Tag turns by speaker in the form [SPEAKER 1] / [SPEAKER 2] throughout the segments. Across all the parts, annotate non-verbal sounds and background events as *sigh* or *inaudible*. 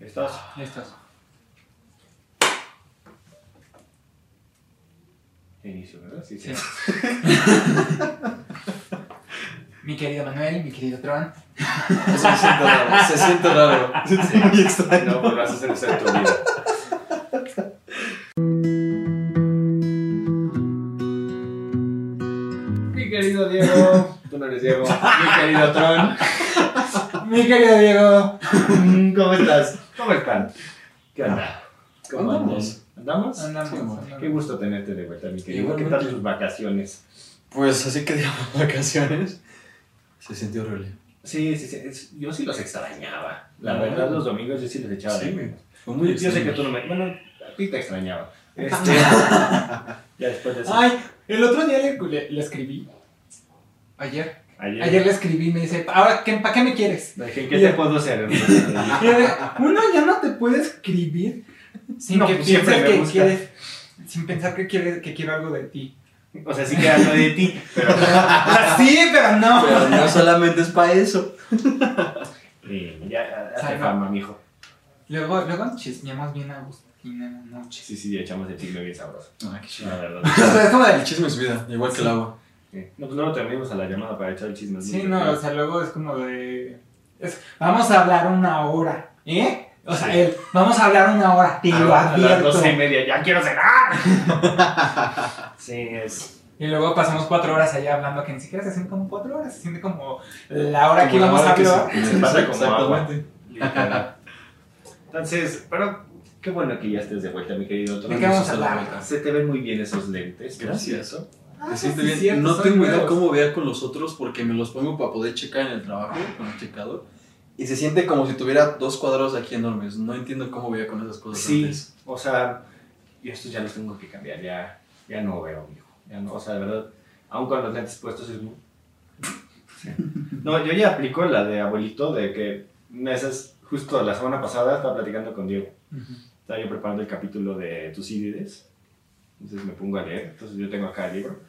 [SPEAKER 1] Estas.
[SPEAKER 2] Estas.
[SPEAKER 1] Inicio, ¿verdad? Sí, *laughs*
[SPEAKER 2] Sí. *laughs* mi querido Manuel, mi querido Tron.
[SPEAKER 3] Se siente raro. Se siente raro. Se siente muy extraño.
[SPEAKER 1] No volverás a hacer eso en tu vida.
[SPEAKER 2] Mi querido Diego.
[SPEAKER 1] Tú no eres Diego.
[SPEAKER 2] mi querido
[SPEAKER 3] *laughs*
[SPEAKER 2] Tron. mi querido Diego.
[SPEAKER 1] ¿Cómo estás? ¿Cómo están? ¿Qué onda? ¿Cómo
[SPEAKER 3] Andamos.
[SPEAKER 1] ¿Andamos?
[SPEAKER 2] Andamos,
[SPEAKER 3] Sí, amor.
[SPEAKER 2] andamos.
[SPEAKER 1] Qué gusto tenerte de vuelta, mi querido. ¿Qué
[SPEAKER 3] Igualmente.
[SPEAKER 1] tal tus vacaciones?
[SPEAKER 3] Pues así que digamos vacaciones. Se siente horrible.
[SPEAKER 1] Sí, sí, sí. es- yo sí los extrañaba. La
[SPEAKER 3] Ah.
[SPEAKER 1] verdad, los domingos yo sí los echaba de menos.
[SPEAKER 3] Fue muy
[SPEAKER 1] Yo sé que
[SPEAKER 3] extraño.
[SPEAKER 1] tú no me... Bueno, a ti te extrañaba. *laughs* Este, ya después de eso.
[SPEAKER 2] Ay, el otro día le, le- le escribí. Ayer.
[SPEAKER 1] Ayer,
[SPEAKER 2] Ayer le escribí y me dice, ahora, ¿qué, ¿para qué me quieres?
[SPEAKER 1] le dije, ¿qué te puedo hacer? *laughs* hermano?
[SPEAKER 2] Y yo de, Uno ya no te puede escribir sin
[SPEAKER 1] No,
[SPEAKER 2] que
[SPEAKER 1] pues siempre
[SPEAKER 2] pienses
[SPEAKER 1] me
[SPEAKER 2] que
[SPEAKER 1] busca.
[SPEAKER 2] quieres, sin pensar que quieres, que quiero algo de ti.
[SPEAKER 1] o sea, sí que hablo de ti, pero... Ah,
[SPEAKER 2] *laughs* sí, pero no.
[SPEAKER 3] Pero no solamente es para eso.
[SPEAKER 1] Y ya, hace
[SPEAKER 2] Salva.
[SPEAKER 1] fama, mijo.
[SPEAKER 2] Luego, luego chismeamos bien a Agustina en
[SPEAKER 1] *laughs*
[SPEAKER 2] la noche.
[SPEAKER 1] Sí, sí, echamos el chisme bien sabroso.
[SPEAKER 3] Ah, qué
[SPEAKER 1] La verdad.
[SPEAKER 2] O sea, es como de-
[SPEAKER 3] El chisme es vida, igual que el agua.
[SPEAKER 1] Sí. No, pues no lo terminamos a la llamada para echar el chisme. es
[SPEAKER 2] Sí,
[SPEAKER 1] muy
[SPEAKER 2] no, o
[SPEAKER 1] divertido.
[SPEAKER 2] sea, luego es como de. es, vamos a hablar una hora, ¿eh? O sea, él, vamos a hablar una hora, te lo
[SPEAKER 1] A las
[SPEAKER 2] advierto.
[SPEAKER 1] doce y media, ¡ya quiero *laughs* cenar! sí, es...
[SPEAKER 2] Y luego pasamos cuatro horas allá hablando, que ni siquiera se siente como cuatro horas, se siente como la hora que
[SPEAKER 3] Como la
[SPEAKER 2] íbamos a
[SPEAKER 3] hora que
[SPEAKER 2] hablar.
[SPEAKER 1] Se pasa como agua.
[SPEAKER 3] Exactamente.
[SPEAKER 1] literal. Entonces, pero qué bueno que ya estés de vuelta, mi querido Tron.
[SPEAKER 2] ¿De qué vamos a
[SPEAKER 3] Esa es la
[SPEAKER 2] hablar?
[SPEAKER 3] vuelta.
[SPEAKER 1] Se te ven muy bien esos lentes. ¿no es
[SPEAKER 3] Gracias.
[SPEAKER 1] cierto?
[SPEAKER 2] Ah,
[SPEAKER 3] Te
[SPEAKER 2] sí,
[SPEAKER 3] siente
[SPEAKER 2] sí,
[SPEAKER 3] bien.
[SPEAKER 2] cierto,
[SPEAKER 3] no
[SPEAKER 2] son
[SPEAKER 3] tengo idea
[SPEAKER 2] nuevos.
[SPEAKER 3] cómo vea con los otros porque me los pongo para poder checar en el trabajo con el checador. Y se siente como si tuviera dos cuadrados aquí enormes. No entiendo cómo veía con esas cosas
[SPEAKER 1] Sí,
[SPEAKER 3] antes.
[SPEAKER 1] o sea, yo estos ya los tengo que cambiar, ya, ya no veo, mijo. Ya no, o sea, de verdad, aun con los lentes puestos es muy... Sí. No, yo ya aplico la de abuelito, de que una de esas, justo la semana pasada estaba platicando con Diego.
[SPEAKER 2] Ujú.
[SPEAKER 1] Estaba yo preparando el capítulo de Tucídides, entonces me pongo a leer, entonces yo tengo acá el libro.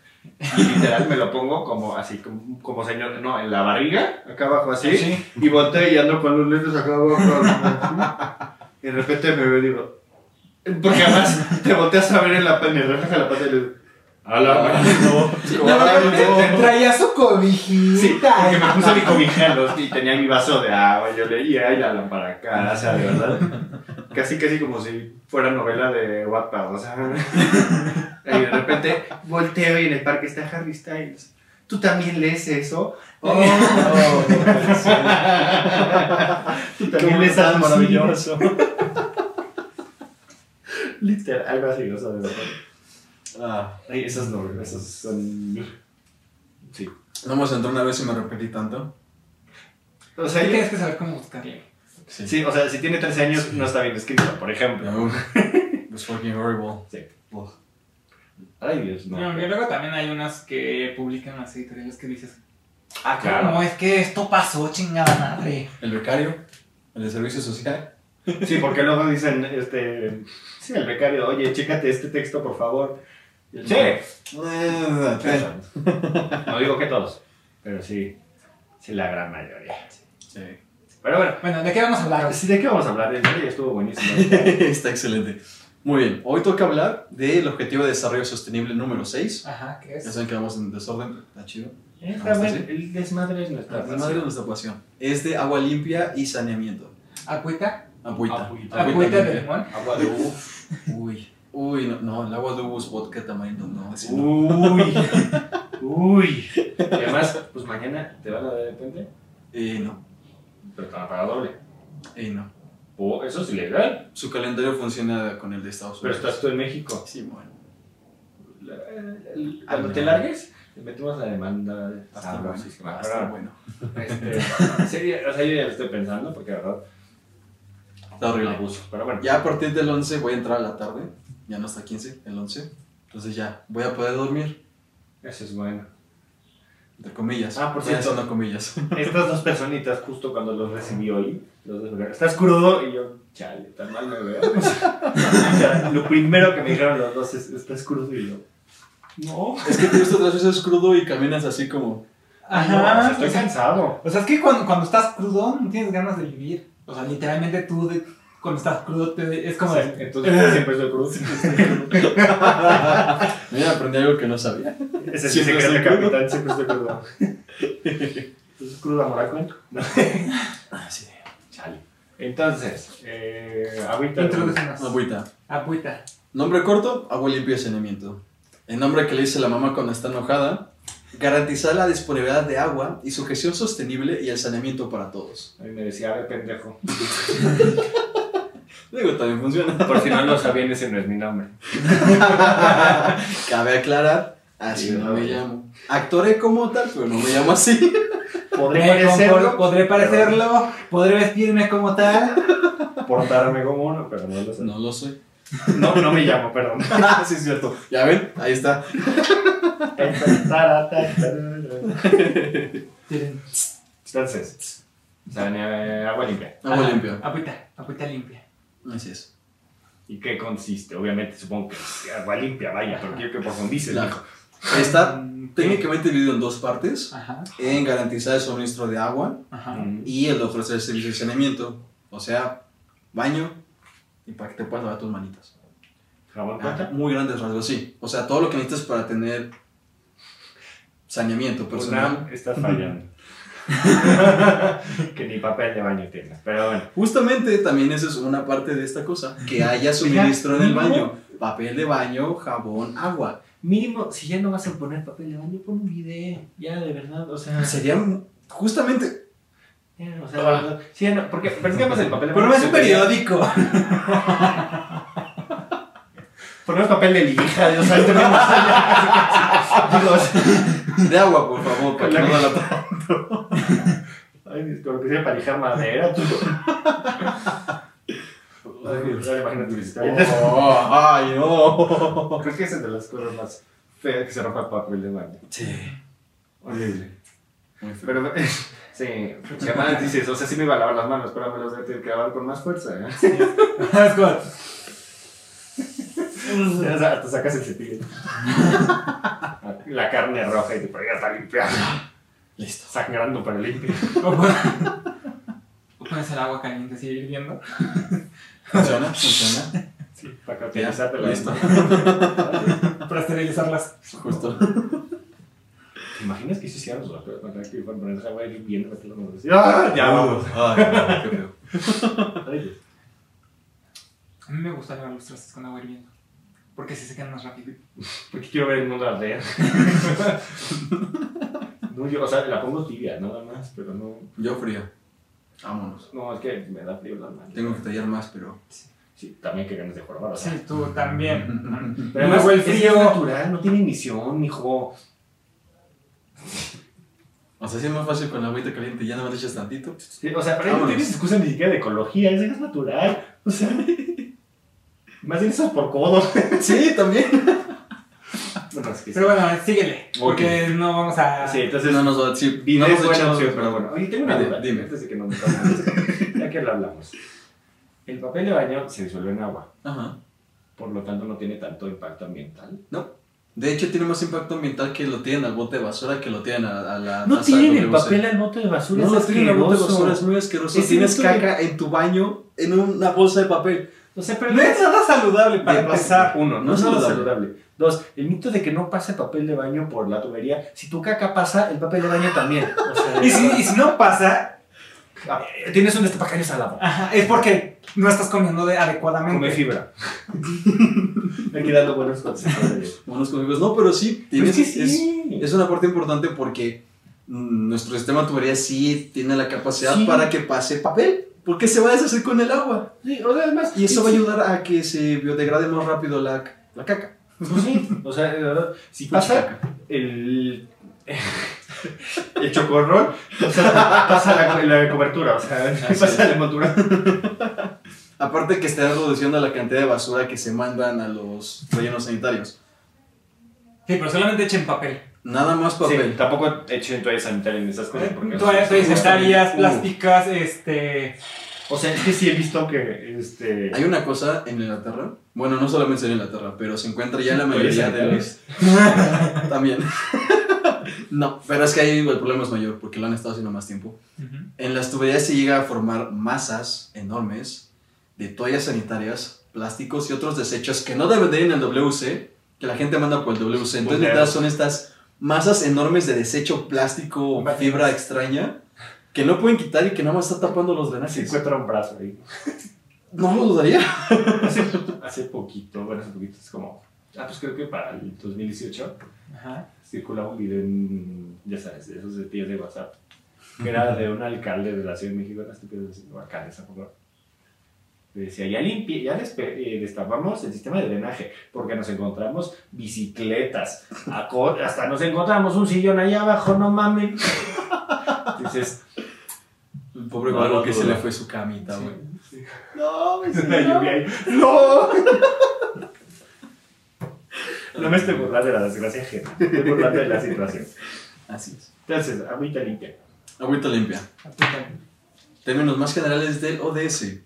[SPEAKER 1] Y literal me lo pongo como así, como, como señor, no, en la barriga, acá abajo así,
[SPEAKER 2] Sí.
[SPEAKER 1] y volteo y ando con los lentes acá abajo. y de repente me veo y digo, porque además te volteas a ver en la en el reflejo de la pantalla y le digo, a la madre, no.
[SPEAKER 3] Sí,
[SPEAKER 2] No,
[SPEAKER 3] ahora
[SPEAKER 2] no,
[SPEAKER 3] mismo.
[SPEAKER 2] no, Traía su cobijita.
[SPEAKER 1] *laughs* Sí, porque me puse mi cobija en los- y tenía mi vaso de agua, yo leía y la lámpara acá, o sea, de *laughs* verdad. Casi, casi como si fuera novela de Wattpad, o sea. *laughs* Y de repente volteo y en el parque está Harry Styles. ¿Tú también lees eso?
[SPEAKER 3] Oh, no,
[SPEAKER 1] *laughs* ¿Tú
[SPEAKER 3] qué
[SPEAKER 1] también lees
[SPEAKER 3] tan
[SPEAKER 1] Tucídides?
[SPEAKER 3] maravilloso.
[SPEAKER 1] Literal, algo así, o sea, de verdad.
[SPEAKER 3] Ah,
[SPEAKER 1] Ay, esas no, esas son. Sí.
[SPEAKER 3] no me centró una vez y me repetí tanto.
[SPEAKER 1] O sea,
[SPEAKER 2] Ahí
[SPEAKER 1] yo-
[SPEAKER 2] tienes que saber cómo buscarlo.
[SPEAKER 1] sí, o sea, si tiene 13 años, no está bien escrito, por ejemplo. *laughs*
[SPEAKER 3] No, it was fucking horrible.
[SPEAKER 1] Sí.
[SPEAKER 3] Ugh.
[SPEAKER 1] Ay, Dios, no.
[SPEAKER 2] No, y luego también hay unas que publican las editoriales que dices,
[SPEAKER 1] Ah,
[SPEAKER 2] ¿cómo es que esto pasó, chingada madre?
[SPEAKER 3] El becario, el de servicio social.
[SPEAKER 1] Sí, porque luego dicen, este, sí, el becario, oye, chécate este texto, por favor. Y el- Sí. No digo que todos, pero sí, sí la gran mayoría.
[SPEAKER 3] Sí.
[SPEAKER 1] Pero bueno,
[SPEAKER 2] Bueno, ¿de qué vamos a hablar? hoy?
[SPEAKER 1] sí, ¿de qué vamos a hablar? El día estuvo buenísimo.
[SPEAKER 3] *laughs* Está excelente. Muy bien, hoy toca hablar del Objetivo de Desarrollo Sostenible número 6.
[SPEAKER 2] Ajá, ¿qué
[SPEAKER 3] Ya
[SPEAKER 2] es?
[SPEAKER 3] saben que vamos en desorden, está chido.
[SPEAKER 1] Esta vez, el desmadre es nuestra
[SPEAKER 3] La madre de nuestra pasión. Es de agua limpia y saneamiento.
[SPEAKER 2] ¿Agüita?
[SPEAKER 3] Agüita.
[SPEAKER 1] Agüita.
[SPEAKER 2] ¿Agüita de
[SPEAKER 3] limpia.
[SPEAKER 2] limón?
[SPEAKER 1] Agua de uva.
[SPEAKER 3] Uy. Uy, no, no, el agua de uva es vodka tamarindo, no. ese
[SPEAKER 1] *laughs*
[SPEAKER 3] no.
[SPEAKER 1] Uy, uy. Y además, pues mañana te van a dar de puente,
[SPEAKER 3] Eh, no,
[SPEAKER 1] pero te van a pagar doble.
[SPEAKER 3] eh, no.
[SPEAKER 1] Oh, eso es ilegal.
[SPEAKER 3] Su calendario funciona con el de Estados
[SPEAKER 1] Pero
[SPEAKER 3] Unidos.
[SPEAKER 1] estás tú en México.
[SPEAKER 3] Sí, bueno.
[SPEAKER 1] La- el- Cuando te largues, te metemos la demanda.
[SPEAKER 3] Hasta bueno.
[SPEAKER 1] sabrosísima.
[SPEAKER 3] Hasta
[SPEAKER 1] Pero-
[SPEAKER 3] bueno.
[SPEAKER 1] Este, sí, o sea, yo ya lo estoy pensando porque la verdad
[SPEAKER 3] Está
[SPEAKER 1] un
[SPEAKER 3] horrible.
[SPEAKER 1] abuso. Pero bueno,
[SPEAKER 3] Ya a partir del 11 voy a entrar a la tarde, ya no hasta 15, el 11. Entonces ya voy a poder dormir,
[SPEAKER 1] eso es bueno.
[SPEAKER 3] entre comillas.
[SPEAKER 1] Ah, por
[SPEAKER 3] Estoy
[SPEAKER 1] cierto.
[SPEAKER 3] haciendo comillas. *laughs*
[SPEAKER 1] Estas dos personitas, justo cuando los recibí hoy, los dos me dijeron, estás crudo. Y yo, chale, tan mal me veo. *laughs* O sea, lo primero que me dijeron los dos es, estás crudo. Y yo, no.
[SPEAKER 3] es que te ves otras veces crudo y caminas así como. *laughs*
[SPEAKER 1] No, o sea,
[SPEAKER 2] Ajá.
[SPEAKER 1] estoy
[SPEAKER 2] o sea-
[SPEAKER 1] cansado.
[SPEAKER 2] O sea, es que cuando, cuando estás crudo no tienes ganas de vivir. O sea, literalmente tú de- cuando estás crudo, te- es como
[SPEAKER 1] Sí,
[SPEAKER 2] de.
[SPEAKER 1] Entonces siempre es el
[SPEAKER 3] *laughs*
[SPEAKER 1] cruz.
[SPEAKER 3] Mira, aprendí algo que no sabía.
[SPEAKER 1] Ese
[SPEAKER 3] Siempre
[SPEAKER 1] secreto
[SPEAKER 3] estoy
[SPEAKER 1] del
[SPEAKER 3] crudo.
[SPEAKER 1] capitán, siempre estoy crudo.
[SPEAKER 3] *laughs*
[SPEAKER 1] ¿Es cruda moraco? Ah,
[SPEAKER 3] Así
[SPEAKER 1] Chale. Entonces, eh, agüita.
[SPEAKER 2] Introducenos.
[SPEAKER 3] Agüita.
[SPEAKER 2] Agüita.
[SPEAKER 3] Nombre corto, agua limpia y saneamiento. El nombre que le dice la mamá cuando está enojada. Garantizar la disponibilidad de agua y su gestión sostenible y el saneamiento para todos.
[SPEAKER 1] A mí me decía, a ver, pendejo.
[SPEAKER 3] Digo, también funciona.
[SPEAKER 1] Por si no lo sabían, ese no es mi nombre.
[SPEAKER 3] *laughs* Cabe aclarar, así
[SPEAKER 1] Sí,
[SPEAKER 3] no
[SPEAKER 1] no,
[SPEAKER 3] me
[SPEAKER 1] no.
[SPEAKER 3] llamo. Actuaré como tal, pero no me llamo así.
[SPEAKER 1] Podré
[SPEAKER 2] Me compor-
[SPEAKER 1] parecerlo,
[SPEAKER 2] podré parecerlo, podré vestirme como tal. *laughs*
[SPEAKER 1] portarme como uno, pero no lo sé.
[SPEAKER 3] *laughs* No lo soy.
[SPEAKER 1] No, no me llamo, *laughs* perdón.
[SPEAKER 3] Ah, *laughs* sí, es cierto. Ya ven, ahí está.
[SPEAKER 2] Tiren.
[SPEAKER 1] Entonces, sanea- eh, agua limpia.
[SPEAKER 3] Agua
[SPEAKER 2] Ajá,
[SPEAKER 3] limpia.
[SPEAKER 2] Agüita, agüita limpia.
[SPEAKER 3] Así es.
[SPEAKER 1] ¿Y qué consiste? Obviamente supongo que es agua limpia, vaya, pero quiero que profundices,
[SPEAKER 3] Claro.
[SPEAKER 1] mijo.
[SPEAKER 3] Está
[SPEAKER 2] Mm,
[SPEAKER 3] técnicamente dividido en dos partes.
[SPEAKER 2] Ajá,
[SPEAKER 3] En garantizar el suministro de agua
[SPEAKER 2] ajá.
[SPEAKER 1] Mm.
[SPEAKER 3] y el de ofrecer servicio de saneamiento. O sea, baño y para que te puedas lavar tus manitas.
[SPEAKER 1] ¿Jabón
[SPEAKER 3] Ah,
[SPEAKER 1] cuenta?
[SPEAKER 3] muy grandes rasgos, sí. O sea, todo lo que necesitas para tener saneamiento
[SPEAKER 1] Pues
[SPEAKER 3] personal.
[SPEAKER 1] no, estás *laughs* fallando. que ni papel de baño tienes, pero bueno.
[SPEAKER 3] Justamente también eso es una parte de esta cosa, que haya suministro en el baño, papel de baño, jabón, agua.
[SPEAKER 1] Mínimo, si ya no vas a poner papel de baño, pon un video. Ya, de verdad, o sea.
[SPEAKER 3] Sería un- justamente,
[SPEAKER 1] ya, o sea, de verdad. Sí, ya no, *laughs* porque, pero es que además el papel de
[SPEAKER 2] Pero no es un
[SPEAKER 1] periódico
[SPEAKER 2] periódico.
[SPEAKER 1] Ponemos papel de lija, Dios santo, que más allá. Digo, o sea,
[SPEAKER 3] de agua, por favor, para que no la
[SPEAKER 1] *laughs* Ay, disculpe, que sea para lijar madera, tú. *laughs* Ay, ahora imagínate mis *laughs* historias.
[SPEAKER 3] Oh, ¡Ay, no!
[SPEAKER 1] Oh, Creo que esa es de las cosas más feas que se rompa el papel de baño.
[SPEAKER 3] Sí,
[SPEAKER 1] Horrible.
[SPEAKER 3] muy feo.
[SPEAKER 1] Pero, *laughs* sí, porque además dices, o sea, sí me iba a lavar las manos, pero me las voy a tener que lavar con más fuerza. ¿eh?
[SPEAKER 2] *laughs* Es como-
[SPEAKER 1] O sea, hasta sacas el cepillo. La carne roja y te pero ya está limpiada.
[SPEAKER 3] Listo.
[SPEAKER 1] Sangrando para limpiar.
[SPEAKER 2] O pon- *laughs* o pones el agua caliente, sigue hirviendo.
[SPEAKER 3] ¿Funciona? ¿Funciona?
[SPEAKER 1] Sí, para
[SPEAKER 3] Ya,
[SPEAKER 1] cauterizarte la
[SPEAKER 3] listo.
[SPEAKER 2] Para esterilizarlas.
[SPEAKER 3] Justo.
[SPEAKER 1] *laughs* ¿Te imaginas que eso hiciéramos? la prueba para que iban a poner esa agua y bien meterlo en los ¡Ah! Ya vamos.
[SPEAKER 3] Ay, no, qué feo.
[SPEAKER 1] Ay,
[SPEAKER 2] A mí me gusta lavar los trastes con agua hirviendo. Porque se secan más rápido.
[SPEAKER 1] Porque quiero ver el mundo arder. *laughs* no, yo, o sea, la pongo tibia, nada más, pero no.
[SPEAKER 3] Yo frío. Vámonos.
[SPEAKER 1] No, es que me da frío la mano.
[SPEAKER 3] Tengo que tallar más, pero...
[SPEAKER 1] Sí, también que ganas de jorobar, o sea.
[SPEAKER 2] Sí, tú
[SPEAKER 1] *laughs*
[SPEAKER 2] también.
[SPEAKER 1] Pero
[SPEAKER 2] Luego el
[SPEAKER 1] es- es
[SPEAKER 2] frío.
[SPEAKER 1] natural, no tiene emisión, mijo.
[SPEAKER 3] *laughs* O sea, sí es más fácil con la agüita caliente, ya no me le echas tantito.
[SPEAKER 1] Sí, o sea, para ello no
[SPEAKER 3] Vámonos.
[SPEAKER 1] tienes excusa ni siquiera de ecología, es, es natural. O sea, *laughs* más bien eso por codo. *laughs*
[SPEAKER 3] Sí, también.
[SPEAKER 1] Bueno, es que sí. Ah,
[SPEAKER 2] Pero bueno, síguele. Porque no vamos a.
[SPEAKER 1] Sí, entonces
[SPEAKER 3] no nos va sí,
[SPEAKER 1] Video
[SPEAKER 3] no
[SPEAKER 1] es
[SPEAKER 3] nos
[SPEAKER 1] buena
[SPEAKER 3] echamos-
[SPEAKER 1] opción, pero bueno. Oye, tengo una
[SPEAKER 3] Dime,
[SPEAKER 1] duda.
[SPEAKER 3] dime.
[SPEAKER 1] Antes de que nos metamos. *laughs* ya que lo hablamos. El papel de baño se disuelve en agua.
[SPEAKER 3] Ajá.
[SPEAKER 1] Por lo tanto, no tiene tanto impacto ambiental.
[SPEAKER 3] De hecho, tiene más impacto ambiental que lo tienen al bote de basura que lo tienen a, a la.
[SPEAKER 1] No
[SPEAKER 3] taza
[SPEAKER 1] tienen
[SPEAKER 3] de
[SPEAKER 1] el
[SPEAKER 3] WC.
[SPEAKER 1] papel al bote de basura.
[SPEAKER 3] No
[SPEAKER 1] es
[SPEAKER 3] lo tienen al bote de
[SPEAKER 1] asqueroso.
[SPEAKER 3] basura, es muy asqueroso.
[SPEAKER 1] Es
[SPEAKER 3] Tienes
[SPEAKER 1] inútil.
[SPEAKER 3] caca en tu baño en una bolsa de papel.
[SPEAKER 1] O sea, pero
[SPEAKER 2] No es nada saludable para
[SPEAKER 1] De
[SPEAKER 2] empezar.
[SPEAKER 1] Uno, no,
[SPEAKER 3] No
[SPEAKER 1] es nada
[SPEAKER 3] saludable.
[SPEAKER 1] saludable. Dos, el mito de que no pase papel de baño por la tubería. Si tu caca pasa, el papel de baño también. O
[SPEAKER 3] *laughs*
[SPEAKER 1] sea,
[SPEAKER 2] Y si, y si no pasa,
[SPEAKER 1] Ah, tienes un destapacaños al lado.
[SPEAKER 2] ajá, es porque no estás comiendo de-
[SPEAKER 1] Come *laughs*
[SPEAKER 2] adecuadamente.
[SPEAKER 1] fibra. Aquí dando buenos consejos.
[SPEAKER 3] Unos conmigo. No, pero sí,
[SPEAKER 1] Pero
[SPEAKER 3] tienes,
[SPEAKER 1] es Pues que sí.
[SPEAKER 3] es, es una parte importante porque mm, nuestro sistema de tubería sí tiene la capacidad
[SPEAKER 1] Sí.
[SPEAKER 3] para que pase papel. Porque se va a deshacer con el agua.
[SPEAKER 1] Sí, o sea, además,
[SPEAKER 3] Y eso va a
[SPEAKER 1] sí,
[SPEAKER 3] ayudar a que se biodegrade más rápido la, la caca.
[SPEAKER 1] Pues sí, o sea, de verdad, si
[SPEAKER 3] Pues
[SPEAKER 1] pasa el, el chocorrol, o sea, pasa la, la cobertura, o sea,
[SPEAKER 3] Así
[SPEAKER 1] pasa
[SPEAKER 3] es.
[SPEAKER 1] la envoltura.
[SPEAKER 3] Aparte que está reduciendo la cantidad de basura que se mandan a los rellenos sanitarios.
[SPEAKER 2] Sí, pero solamente echen papel.
[SPEAKER 3] Nada más papel.
[SPEAKER 1] tampoco echen toallas sanitarias en esas cosas. Porque,
[SPEAKER 2] Eh, Toallas sanitarias,
[SPEAKER 3] Uh.
[SPEAKER 2] plásticas, este.
[SPEAKER 1] O sea, es que sí he visto que, este...
[SPEAKER 3] Hay una cosa en Inglaterra, bueno, no solamente en Inglaterra, pero se encuentra ya en la
[SPEAKER 1] Toallas
[SPEAKER 3] mayoría de los...
[SPEAKER 1] sanitarias.
[SPEAKER 3] También. *laughs* no, pero es que ahí el problema es mayor porque lo han estado haciendo más tiempo. En las tuberías se llega a formar masas enormes de toallas sanitarias, plásticos y otros desechos que no deben de ir en el WC, que la gente manda por el WC. Entonces,
[SPEAKER 1] Putero.
[SPEAKER 3] literal, son estas masas enormes de desecho plástico o
[SPEAKER 2] Vaya.
[SPEAKER 3] fibra extraña que no pueden quitar y que nada más está tapando los drenajes.
[SPEAKER 1] encuentra un brazo ahí.
[SPEAKER 3] No lo dudaría.
[SPEAKER 1] Hace, hace poquito, bueno, hace poquito es como. Ah, pues creo que para el 2018
[SPEAKER 2] Ajá.
[SPEAKER 1] circulaba un video en, ya sabes, de esos de tías de WhatsApp, que era de un alcalde de la Ciudad de México, este que es alcalde, tampoco. Le decía, ya, limpie, ya despe- eh, destapamos el sistema de drenaje, porque nos encontramos bicicletas, aco- hasta nos encontramos un sillón allá abajo, no mamen. *laughs* Dices,
[SPEAKER 3] El pobre
[SPEAKER 1] No,
[SPEAKER 3] guarro
[SPEAKER 1] no
[SPEAKER 3] que
[SPEAKER 1] dudo.
[SPEAKER 3] se le fue su camita, güey.
[SPEAKER 2] No,
[SPEAKER 3] *laughs*
[SPEAKER 2] me
[SPEAKER 1] La lluvia ahí. ¡No! No me estoy burlando de la desgracia ajena. Estoy burlando de la situación.
[SPEAKER 3] Así es.
[SPEAKER 1] Entonces, agüita limpia.
[SPEAKER 3] Agüita limpia. Términos más generales del ODS.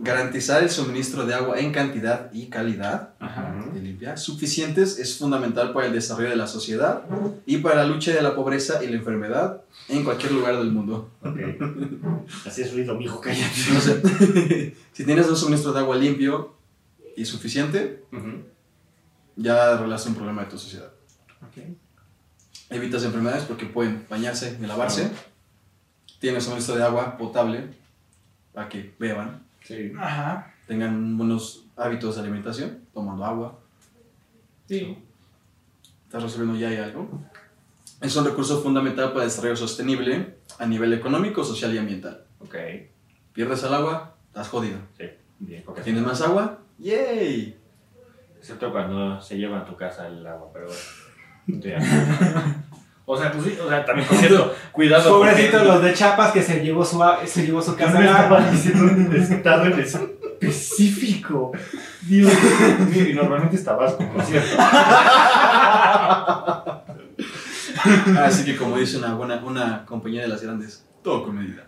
[SPEAKER 3] Garantizar el suministro de agua en cantidad y calidad
[SPEAKER 2] Ajá.
[SPEAKER 3] de limpia suficientes es fundamental para el desarrollo de la sociedad y para la lucha de la pobreza y la enfermedad en cualquier lugar del mundo.
[SPEAKER 1] Ok. Así es ruido, mijo, *laughs* cállate.
[SPEAKER 3] No sé. *laughs* si tienes un suministro de agua limpio y suficiente, ya arreglas un problema de tu sociedad. Evitas enfermedades porque pueden bañarse y lavarse. Tienes suministro de agua potable para que beban.
[SPEAKER 1] Sí.
[SPEAKER 2] Ajá.
[SPEAKER 3] tengan buenos hábitos de alimentación, tomando agua.
[SPEAKER 1] Sí.
[SPEAKER 3] ¿Estás resolviendo ya hay algo? Es un recurso fundamental para el desarrollo sostenible a nivel económico, social y ambiental.
[SPEAKER 1] Ok.
[SPEAKER 3] Pierdes el agua, estás jodido.
[SPEAKER 1] Sí. Bien, ok.
[SPEAKER 3] Tienes más agua, ¡yay!
[SPEAKER 1] Excepto cuando se lleva a tu casa el agua, pero bueno. No te da. *laughs* O sea, pues sí, o sea, también por *laughs* cierto, cuidado.
[SPEAKER 2] Pobrecitos
[SPEAKER 1] porque-
[SPEAKER 2] los de Chapas que se llevó su, a- se llevó su
[SPEAKER 1] Yo
[SPEAKER 2] casa.
[SPEAKER 1] no estaba diciendo un estado en *laughs* específico. Dios mío, y normalmente es Tabasco, por cierto.
[SPEAKER 3] Así que como dice una buena una compañía de las grandes, todo con medida.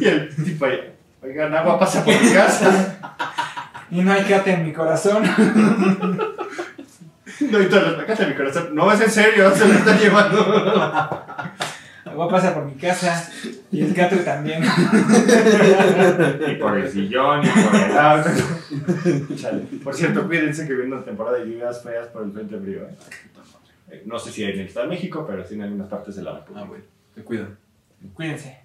[SPEAKER 1] Y el tipo ahí, oigan, agua pasa por mi casa. *laughs*
[SPEAKER 2] y no hay cate en mi corazón. *laughs*
[SPEAKER 1] No, y todas las casa de mi corazón. No, es en serio, se lo está llevando.
[SPEAKER 2] Voy a pasar por mi casa. Y el catre también. *laughs*
[SPEAKER 1] Y por el sillón, y por el auto. *laughs* Chale. Por cierto, cuídense que viene una temporada de lluvias feas por el frente frío. ¿eh? Eh, No sé si en el Estado de México, pero sí en algunas partes de la República.
[SPEAKER 3] Ah, güey, te cuidan.
[SPEAKER 2] Cuídense.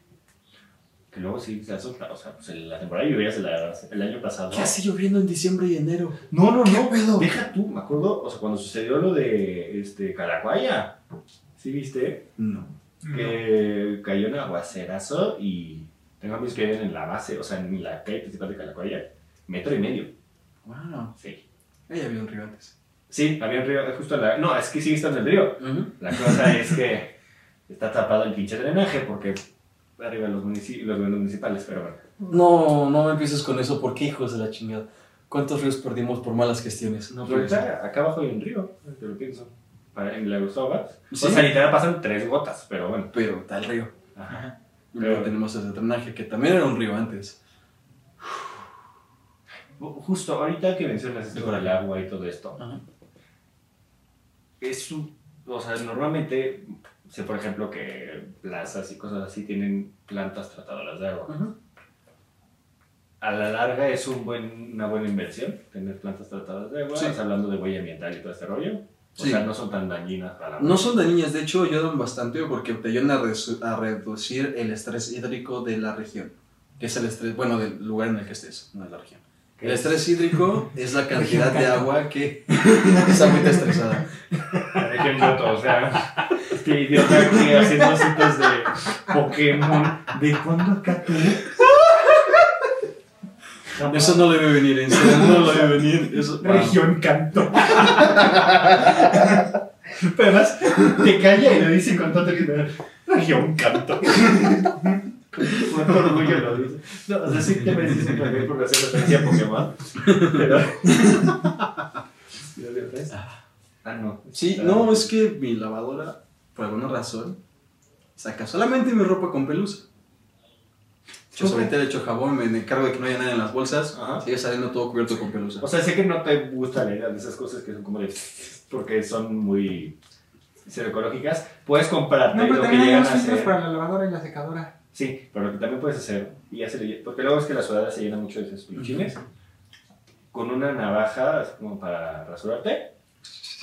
[SPEAKER 1] Que luego sí se azota. O sea, pues en la temporada de lluvias el, el año pasado.
[SPEAKER 3] lloviendo en diciembre y enero?
[SPEAKER 1] No, no, no.
[SPEAKER 3] pedo?
[SPEAKER 1] Deja tú, me acuerdo, o sea, cuando sucedió lo de este, Calacuaya, ¿sí viste?
[SPEAKER 3] No.
[SPEAKER 2] Mm.
[SPEAKER 1] Que cayó un aguacerazo y tengo amigos que viven en la base, o sea, en la calle principal de Calacuaya, metro y medio.
[SPEAKER 3] Wow.
[SPEAKER 1] Sí.
[SPEAKER 3] Ahí había un río antes.
[SPEAKER 1] Sí, había un río justo en la... No, es que sigue estando el río. La *laughs* cosa es que está tapado el pinche drenaje porque arriba los, municipios, los gobiernos municipales, pero bueno.
[SPEAKER 3] No, no me empieces con eso, porque hijos de la chingada. ¿Cuántos ríos perdimos por malas gestiones? No,
[SPEAKER 1] Pero ahorita, acá abajo hay un río, te lo pienso, para, en la Gustavo.
[SPEAKER 3] Sí.
[SPEAKER 1] O sea, literal pasan tres gotas, pero bueno.
[SPEAKER 3] pero está el río.
[SPEAKER 1] Ajá.
[SPEAKER 2] Ajá.
[SPEAKER 3] Y luego
[SPEAKER 1] Pero-
[SPEAKER 3] tenemos ese drenaje que también era un río antes.
[SPEAKER 1] Justo ahorita que mencionas esto
[SPEAKER 3] Mejor
[SPEAKER 1] del agua y todo esto,
[SPEAKER 3] Ajá.
[SPEAKER 1] es un- o sea, normalmente sé por ejemplo que plazas y cosas así tienen plantas tratadoras de agua. A la larga es un buen, una buena inversión tener plantas tratadoras de agua,
[SPEAKER 3] Sí.
[SPEAKER 1] estás hablando de huella ambiental y todo este rollo. O
[SPEAKER 3] Sí.
[SPEAKER 1] sea, no son tan dañinas para la
[SPEAKER 3] No son dañinas, de hecho ayudan bastante porque te ayudan a, resu- a reducir el estrés hídrico de la región. Que es el estrés, bueno, del lugar en el que estés, no de la región.
[SPEAKER 1] ¿Qué
[SPEAKER 3] El
[SPEAKER 1] es?
[SPEAKER 3] estrés
[SPEAKER 1] *laughs*
[SPEAKER 3] hídrico es la cantidad de agua que *laughs* es agüita estresada.
[SPEAKER 1] La
[SPEAKER 3] *laughs*
[SPEAKER 1] región Yoto, o sea, *laughs* este idiota aquí haciendo citas de Pokémon. ¿De cuándo acá tú?
[SPEAKER 3] Eso no lo debe venir, en serio, no lo debe venir. Eso, ah.
[SPEAKER 1] Región Canto. *laughs* Pero además te calla y lo dice con tanto que Región Canto. Con cuánto orgullo lo dice. No, o sea, sí te mereces un premio por hacer referencia a Pokémon. Pero. ¿Lo leo tres? Ah, no.
[SPEAKER 3] Sí, no, es que mi lavadora, por alguna razón, saca solamente mi ropa con pelusa. Yo
[SPEAKER 1] Ok.
[SPEAKER 3] sobre le echo jabón, me encargo de que no haya nada en las bolsas,
[SPEAKER 1] Ajá.
[SPEAKER 3] sigue saliendo todo cubierto con pelusa.
[SPEAKER 1] O sea, sé que no te gusta la idea de esas cosas que son como de. porque son muy. psicológicas. Puedes comprarte
[SPEAKER 2] No, pero
[SPEAKER 1] lo que
[SPEAKER 2] también hay
[SPEAKER 1] llegan a
[SPEAKER 2] unos filtros
[SPEAKER 1] ser.
[SPEAKER 2] para la lavadora y la secadora.
[SPEAKER 1] Sí, pero lo que también puedes hacer, y ya se le- porque luego es que la sudadera se llena mucho de esos peluchines, con una navaja así como para rasurarte,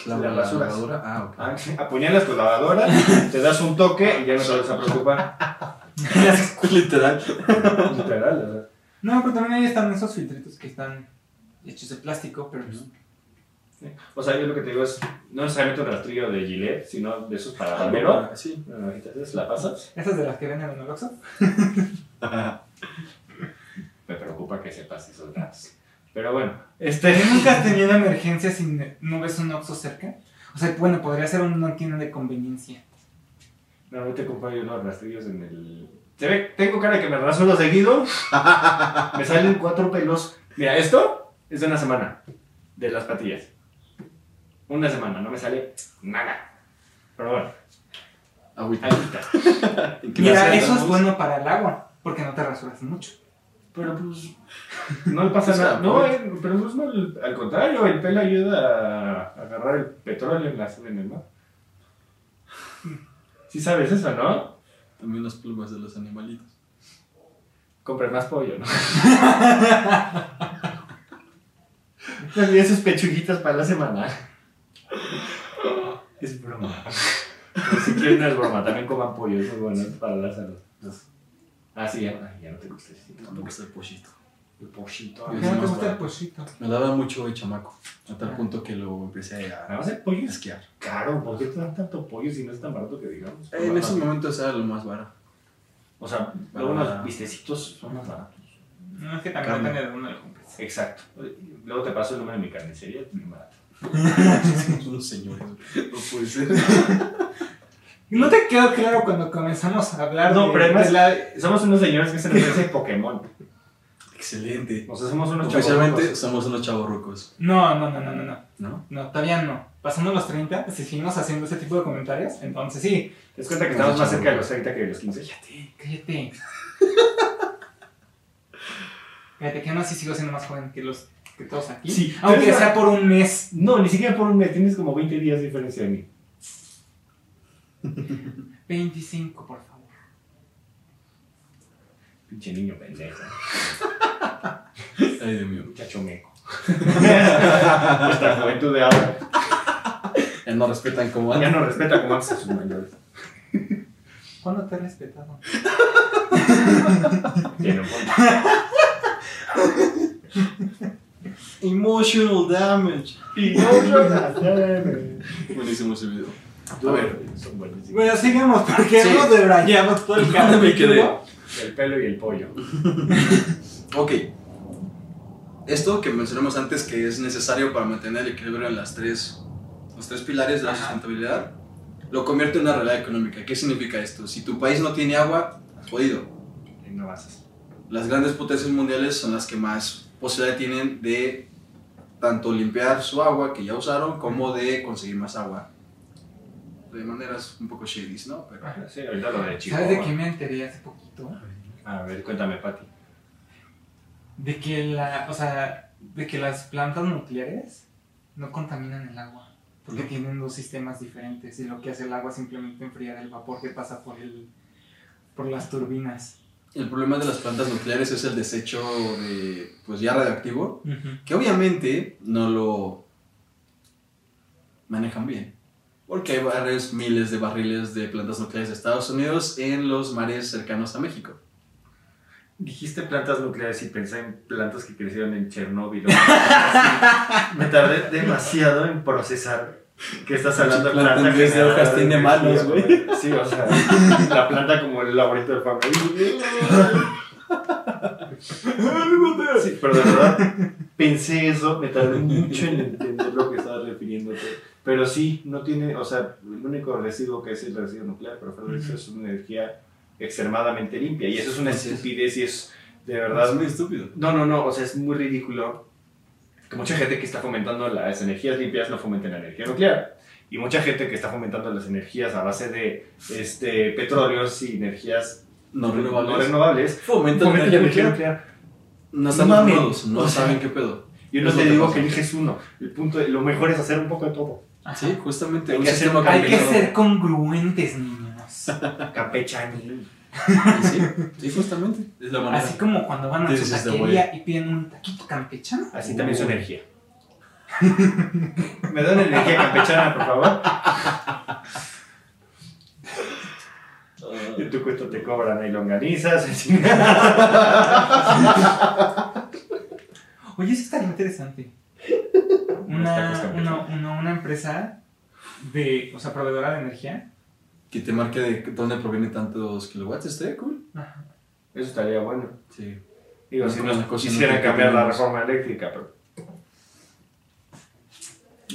[SPEAKER 1] La basura.
[SPEAKER 3] lavadora. Ah, ok.
[SPEAKER 1] ah, *laughs* apuñalas tu lavadora, te das un toque y ya no te vas a preocupar.
[SPEAKER 3] *laughs* Literal.
[SPEAKER 1] Literal, o sea.
[SPEAKER 2] No, pero también ahí están esos filtritos que están hechos de plástico, pero pues,
[SPEAKER 1] O sea, yo lo que te digo es, no necesariamente un rastrillo de Gillette, sino de esos para
[SPEAKER 3] Ah,
[SPEAKER 1] barbero.
[SPEAKER 3] bueno, Sí.
[SPEAKER 1] Una navajita de esas, la pasas.
[SPEAKER 2] esas de las que venden en el Oxxo.
[SPEAKER 1] Me preocupa que sepas esos datos. Pero bueno, este...
[SPEAKER 2] ¿Nunca has tenido emergencia si ne- no ves un Oxxo cerca? O sea, bueno, podría ser una tienda de conveniencia.
[SPEAKER 1] Normalmente compro yo unos rastrillos en el... Se ve, tengo cara de que me rasuro seguido. me salen cuatro pelos. Mira, esto es de una semana. De las patillas. Una semana, no me sale nada. Pero bueno,
[SPEAKER 3] Agüita.
[SPEAKER 1] ahí está.
[SPEAKER 2] Mira,
[SPEAKER 3] Gracias,
[SPEAKER 2] eso es
[SPEAKER 3] Ramos.
[SPEAKER 2] bueno para el agua, porque no te rasuras mucho.
[SPEAKER 1] Pero pues. No le pasa
[SPEAKER 3] O sea,
[SPEAKER 1] nada. No, eh, pero pues, no, al al contrario, el pelo ayuda a agarrar el petróleo en, la, en el mar. Sí sabes eso, ¿no?
[SPEAKER 3] También las plumas de los animalitos.
[SPEAKER 1] Compre más pollo, *laughs* ¿no? Me olvidé sus pechuguitas para la semana. Es broma. Pero si quieren, no es broma. También coman pollo, es muy bueno para la salud. Ah, sí, ya, ay, ya no te gusta el sitio.
[SPEAKER 3] Me gusta el pollito.
[SPEAKER 1] El pollito.
[SPEAKER 2] ¿Por
[SPEAKER 3] Yo
[SPEAKER 2] qué
[SPEAKER 3] sí
[SPEAKER 2] no te
[SPEAKER 3] más
[SPEAKER 2] gusta el
[SPEAKER 3] bueno.
[SPEAKER 2] pollito?
[SPEAKER 3] Me daba mucho de chamaco. A tal punto que lo empecé
[SPEAKER 1] Nada
[SPEAKER 3] a
[SPEAKER 1] más el pollo es
[SPEAKER 3] esquiar.
[SPEAKER 1] Claro, ¿por qué te dan tanto pollo si no es tan barato que digamos?
[SPEAKER 3] Eh, En ese momento era lo más *laughs* barato.
[SPEAKER 1] O sea, luego los vistecitos son más baratos.
[SPEAKER 2] No, es que
[SPEAKER 3] también Carne.
[SPEAKER 2] depende de uno de compras.
[SPEAKER 1] Exacto. Luego te paso el número de mi carnicería, es muy barato.
[SPEAKER 3] Los señores. No puede ser.
[SPEAKER 2] ¿No te quedó claro cuando comenzamos a hablar
[SPEAKER 1] No,
[SPEAKER 2] de,
[SPEAKER 1] pero además-
[SPEAKER 2] de la...
[SPEAKER 1] Somos unos señores que se nos dicen Pokémon.
[SPEAKER 3] *laughs* Excelente.
[SPEAKER 1] O sea, somos unos
[SPEAKER 3] Oficialmente
[SPEAKER 1] chavos.
[SPEAKER 3] somos unos chavorrucos,
[SPEAKER 2] No, no, no, no, no, no,
[SPEAKER 3] *laughs* ¿no?
[SPEAKER 2] no, todavía no. Pasando los 30, si seguimos haciendo ese tipo de comentarios, entonces sí.
[SPEAKER 1] Te das cuenta que estamos más cerca de los 30 que de los 15.
[SPEAKER 2] Cállate, *laughs* cállate. cállate, que aún así sigo siendo más joven que los que todos aquí.
[SPEAKER 1] Sí,
[SPEAKER 2] Aunque
[SPEAKER 1] pero-
[SPEAKER 2] sea por un mes.
[SPEAKER 1] No, ni siquiera por un mes, tienes como 20 días de diferencia de mí.
[SPEAKER 2] 25, por favor.
[SPEAKER 1] Pinche niño pendejo.
[SPEAKER 3] Ay, Dios mío.
[SPEAKER 1] Muchacho meco. Nuestra juventud de ahora
[SPEAKER 3] Ya no respetan como
[SPEAKER 1] ya
[SPEAKER 3] antes.
[SPEAKER 1] no respeta como antes a sus mayores.
[SPEAKER 2] ¿Cuándo te he respetado?
[SPEAKER 1] Tiene un punto.
[SPEAKER 3] Emotional damage.
[SPEAKER 1] Y no, yo ya sé.
[SPEAKER 3] Buenísimo ese video.
[SPEAKER 1] A ver, son buenísimos.
[SPEAKER 2] Bueno, sigamos, porque
[SPEAKER 3] Sí.
[SPEAKER 2] hemos debrayado todo *laughs* el
[SPEAKER 3] ¿Dónde
[SPEAKER 2] camino.
[SPEAKER 3] me quedé?
[SPEAKER 1] El pelo y el pollo.
[SPEAKER 3] Ok. Esto que mencionamos antes que es necesario para mantener el equilibrio en las tres, los tres pilares de la
[SPEAKER 2] Ajá.
[SPEAKER 3] sustentabilidad, lo convierte en una realidad económica. ¿Qué significa esto? Si tu país no tiene agua, jodido.
[SPEAKER 1] No vas
[SPEAKER 3] Las grandes potencias mundiales son las que más posibilidad tienen de tanto limpiar su agua que ya usaron como de conseguir más agua. De maneras un poco shady, ¿no? Pero...
[SPEAKER 1] a... Sí, ahorita lo de Chihuahua.
[SPEAKER 2] ¿Sabes de qué me enteré hace poquito?
[SPEAKER 1] A ver, cuéntame, Pati.
[SPEAKER 2] De que la, o sea, de que las plantas nucleares no contaminan el agua. Porque tienen dos sistemas diferentes y lo que hace el agua es simplemente enfriar el vapor que pasa por el por las turbinas.
[SPEAKER 3] El problema de las plantas nucleares es el desecho de, pues ya radioactivo, que obviamente no lo manejan bien. Porque hay varios miles de barriles de plantas nucleares de Estados Unidos en los mares cercanos a México.
[SPEAKER 1] Dijiste plantas nucleares y pensé en plantas que crecieron en Chernóbil. o cosas así. Me tardé demasiado en procesar que estás hablando de
[SPEAKER 3] Planta
[SPEAKER 1] plantas
[SPEAKER 3] en vez de hojas tiene manos, güey.
[SPEAKER 1] Sí, o sea, la planta como el laberinto del Fauno. Sí, pero de verdad, pensé eso, me tardé mucho en entender lo que estabas refiriéndote. Pero sí, no tiene, o sea, el único residuo que es el residuo nuclear, pero fuera de eso es una energía extremadamente limpia. Y eso es una
[SPEAKER 3] Así es.
[SPEAKER 1] estupidez y es de
[SPEAKER 3] Es
[SPEAKER 1] verdad.
[SPEAKER 3] muy estúpido.
[SPEAKER 1] No, no, no, o sea, es muy ridículo que mucha gente que está fomentando las energías limpias no fomente la energía nuclear. Y mucha gente que está fomentando las energías a base de este, petróleos y energías
[SPEAKER 3] No renovables.
[SPEAKER 1] no renovables
[SPEAKER 3] Fomenta la
[SPEAKER 1] fomenta la
[SPEAKER 3] energía
[SPEAKER 1] energía
[SPEAKER 3] nuclear.
[SPEAKER 1] nuclear.
[SPEAKER 3] No
[SPEAKER 1] No
[SPEAKER 3] están
[SPEAKER 1] mames.
[SPEAKER 3] informados, no
[SPEAKER 1] O sea,
[SPEAKER 3] saben qué pedo.
[SPEAKER 1] Yo no
[SPEAKER 3] Es
[SPEAKER 1] te
[SPEAKER 3] lo que
[SPEAKER 1] digo
[SPEAKER 3] pasa.
[SPEAKER 1] que eliges uno. El punto, de- lo mejor es hacer un poco de todo.
[SPEAKER 3] Sí, justamente.
[SPEAKER 1] Hay
[SPEAKER 3] un
[SPEAKER 1] que hacer
[SPEAKER 3] sistema
[SPEAKER 1] un
[SPEAKER 2] Hay que
[SPEAKER 3] combinado.
[SPEAKER 2] ser congruentes, niños.
[SPEAKER 1] Campechani.
[SPEAKER 3] Y sí, sí, justamente. Es la manera.
[SPEAKER 2] Así como cuando van a
[SPEAKER 3] This
[SPEAKER 2] su
[SPEAKER 3] is the
[SPEAKER 2] taquería y piden un taquito campechano.
[SPEAKER 1] Así también su
[SPEAKER 3] Uh.
[SPEAKER 1] energía. *laughs* ¿Me dan energía campechana, por favor? Y
[SPEAKER 3] Ah,
[SPEAKER 1] tu cuento te cobran ahí longanizas.
[SPEAKER 2] Oye, eso
[SPEAKER 1] *laughs*
[SPEAKER 2] estaría interesante.
[SPEAKER 1] tacos
[SPEAKER 2] Una, una,
[SPEAKER 1] campechanos.
[SPEAKER 2] una, una empresa de, o sea, proveedora de energía.
[SPEAKER 3] que te marque de dónde proviene tantos kilowatts. Estaría cool.
[SPEAKER 2] Ajá.
[SPEAKER 1] Eso estaría bueno.
[SPEAKER 3] Sí.
[SPEAKER 1] Digo,
[SPEAKER 3] No,
[SPEAKER 1] si
[SPEAKER 3] con
[SPEAKER 1] nos
[SPEAKER 3] las cosas
[SPEAKER 1] quisieran
[SPEAKER 3] no te
[SPEAKER 1] cambiar la
[SPEAKER 3] cambiamos.
[SPEAKER 1] reforma eléctrica, pero...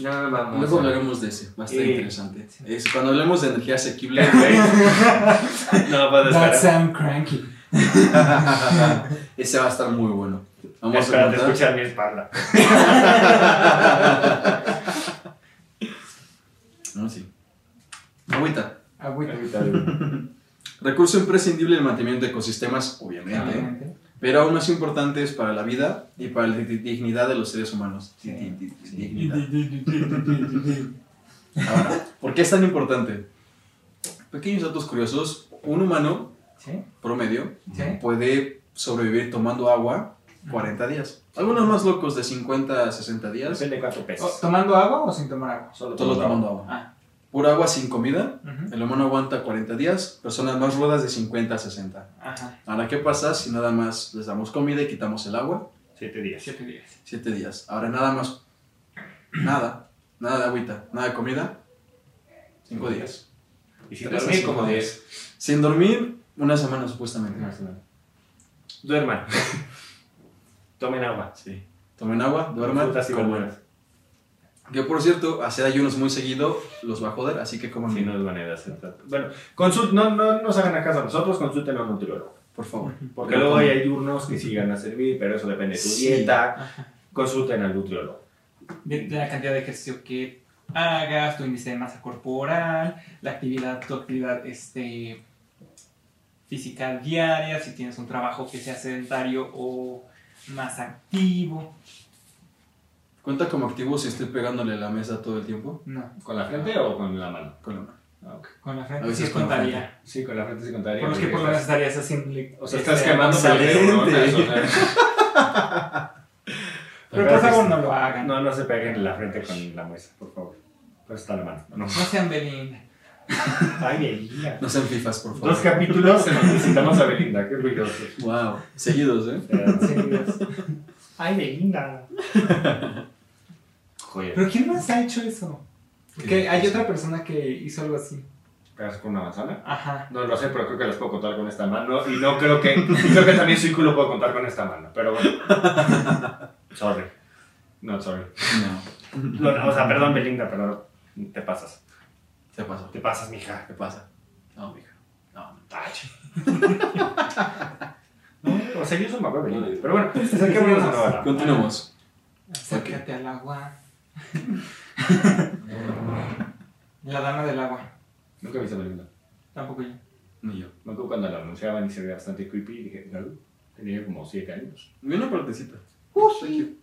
[SPEAKER 1] Nada más.
[SPEAKER 3] Luego hablaremos de ese. Va a estar
[SPEAKER 1] Sí.
[SPEAKER 3] interesante.
[SPEAKER 2] Sí.
[SPEAKER 3] Es, cuando hablemos de energía asequible.
[SPEAKER 1] *laughs* No, va a
[SPEAKER 2] That
[SPEAKER 1] esperar.
[SPEAKER 2] sound um, cranky.
[SPEAKER 3] Ese va a estar muy bueno. Vamos a
[SPEAKER 1] Espérate,
[SPEAKER 3] contar.
[SPEAKER 1] escuchar mi espalda. *laughs*
[SPEAKER 3] No, sí. Agüita.
[SPEAKER 2] Agüita.
[SPEAKER 3] Recurso imprescindible en el mantenimiento de ecosistemas, obviamente.
[SPEAKER 2] Claramente.
[SPEAKER 3] Pero aún más importantes para la vida y para la di- dignidad de los seres humanos.
[SPEAKER 2] Sí.
[SPEAKER 3] Di- di- di-
[SPEAKER 2] Y-
[SPEAKER 3] Dignidad.
[SPEAKER 2] y- y-
[SPEAKER 3] Ahora, ¿por qué es tan importante? Pequeños datos curiosos. Un humano
[SPEAKER 2] ¿Sí?
[SPEAKER 3] promedio
[SPEAKER 2] ¿Sí?
[SPEAKER 3] puede sobrevivir tomando agua 40 días. Algunos más locos de 50 a 60 días.
[SPEAKER 1] Depende de cuánto
[SPEAKER 2] O-
[SPEAKER 1] pesas.
[SPEAKER 2] ¿Tomando agua o sin tomar agua?
[SPEAKER 1] Solo
[SPEAKER 3] Todo tomando agua.
[SPEAKER 2] Ah.
[SPEAKER 3] Por agua sin comida,
[SPEAKER 2] ujú.
[SPEAKER 3] el humano aguanta 40 días. Personas más rudas de 50 a 60.
[SPEAKER 2] Ajá.
[SPEAKER 3] Ahora, ¿qué pasa si nada más les damos comida y quitamos el agua?
[SPEAKER 1] Siete días.
[SPEAKER 2] Siete días.
[SPEAKER 3] 7 días. Ahora, nada más. Nada. Nada de agüita. Nada de comida. 5 días.
[SPEAKER 1] Y si
[SPEAKER 3] Tres a
[SPEAKER 1] dormís,
[SPEAKER 3] cinco
[SPEAKER 1] como
[SPEAKER 3] días.
[SPEAKER 1] diez.
[SPEAKER 3] Sin dormir, una semana supuestamente.
[SPEAKER 1] Duerman. *laughs* Tomen agua.
[SPEAKER 3] Sí. Tomen agua, duerman,
[SPEAKER 1] Frutas y
[SPEAKER 3] coman.
[SPEAKER 1] verduras.
[SPEAKER 3] Que por cierto, hacer ayunos muy seguido los va a joder, así que coman
[SPEAKER 1] Sí,
[SPEAKER 3] bien,
[SPEAKER 1] no es manera de hacer tanto. Bueno, consult, no, no nos hagan acaso a nosotros, consulten a un nutriólogo.
[SPEAKER 3] por favor.
[SPEAKER 1] Porque
[SPEAKER 3] Pero
[SPEAKER 1] luego
[SPEAKER 3] coman.
[SPEAKER 1] hay ayunos que sí van a servir, pero eso depende de tu
[SPEAKER 3] Sí.
[SPEAKER 1] dieta.
[SPEAKER 2] Ajá.
[SPEAKER 1] Consulten al nutriólogo.
[SPEAKER 2] De, de la cantidad de ejercicio que hagas, tu índice de masa corporal, la actividad, tu actividad este, física diaria, si tienes un trabajo que sea sedentario o más activo.
[SPEAKER 3] ¿Cuenta como activo si estoy pegándole la mesa todo el tiempo?
[SPEAKER 2] No,
[SPEAKER 1] ¿Con la frente o con la mano? Ah,
[SPEAKER 3] Con la mano.
[SPEAKER 2] con la
[SPEAKER 3] A
[SPEAKER 2] frente
[SPEAKER 3] veces
[SPEAKER 2] sí
[SPEAKER 3] con la
[SPEAKER 2] contaría.
[SPEAKER 1] Sí, con la frente sí contaría.
[SPEAKER 2] Por los que por lo menos estarías haciéndole.
[SPEAKER 1] O sea, estás
[SPEAKER 2] este,
[SPEAKER 1] quemando
[SPEAKER 3] excelente.
[SPEAKER 1] neuronas, o sea.
[SPEAKER 2] Pero por favor no lo hagan. No,
[SPEAKER 1] *laughs* No, no se peguen la frente con la mesa, por favor. Pues está la mano. No.
[SPEAKER 2] sean Belinda.
[SPEAKER 1] *laughs* Ay, Belinda.
[SPEAKER 3] No sean fifas, por favor.
[SPEAKER 1] Dos capítulos en los que citamos a Belinda, qué ruidoso.
[SPEAKER 3] Wow, seguidos, ¿eh?
[SPEAKER 1] *laughs* Ay, Belinda. *laughs* Joder.
[SPEAKER 2] Pero ¿quién más ha hecho eso? Porque
[SPEAKER 3] ¿Qué?
[SPEAKER 2] hay otra persona que hizo algo así.
[SPEAKER 1] ¿Pegas con una manzana?
[SPEAKER 2] Ajá.
[SPEAKER 1] No lo sé, pero creo que las puedo contar con esta mano. Y no creo que. y creo que también su hijo lo puedo contar con esta mano. Pero bueno. Sorry. No, sorry.
[SPEAKER 3] No,
[SPEAKER 1] No, o sea,
[SPEAKER 3] *laughs*
[SPEAKER 1] perdón, Belinda, pero te pasas.
[SPEAKER 3] te pasa.
[SPEAKER 1] Te pasas, mija.
[SPEAKER 3] ¿Qué pasa? No, mija. No, no.
[SPEAKER 1] Ay. *laughs* No, o sea, yo soy mamá de Belinda. Pero bueno, acerquémonos a la novela.
[SPEAKER 3] Continuamos.
[SPEAKER 2] Acércate al agua. La dama del agua.
[SPEAKER 1] Nunca he visto a Belinda.
[SPEAKER 2] Tampoco yo.
[SPEAKER 3] Ni yo.
[SPEAKER 1] Me acuerdo cuando la anunciaban y se veía bastante creepy. y Dije, no, tenía como 7 años.
[SPEAKER 3] Vi una partecita. Eh,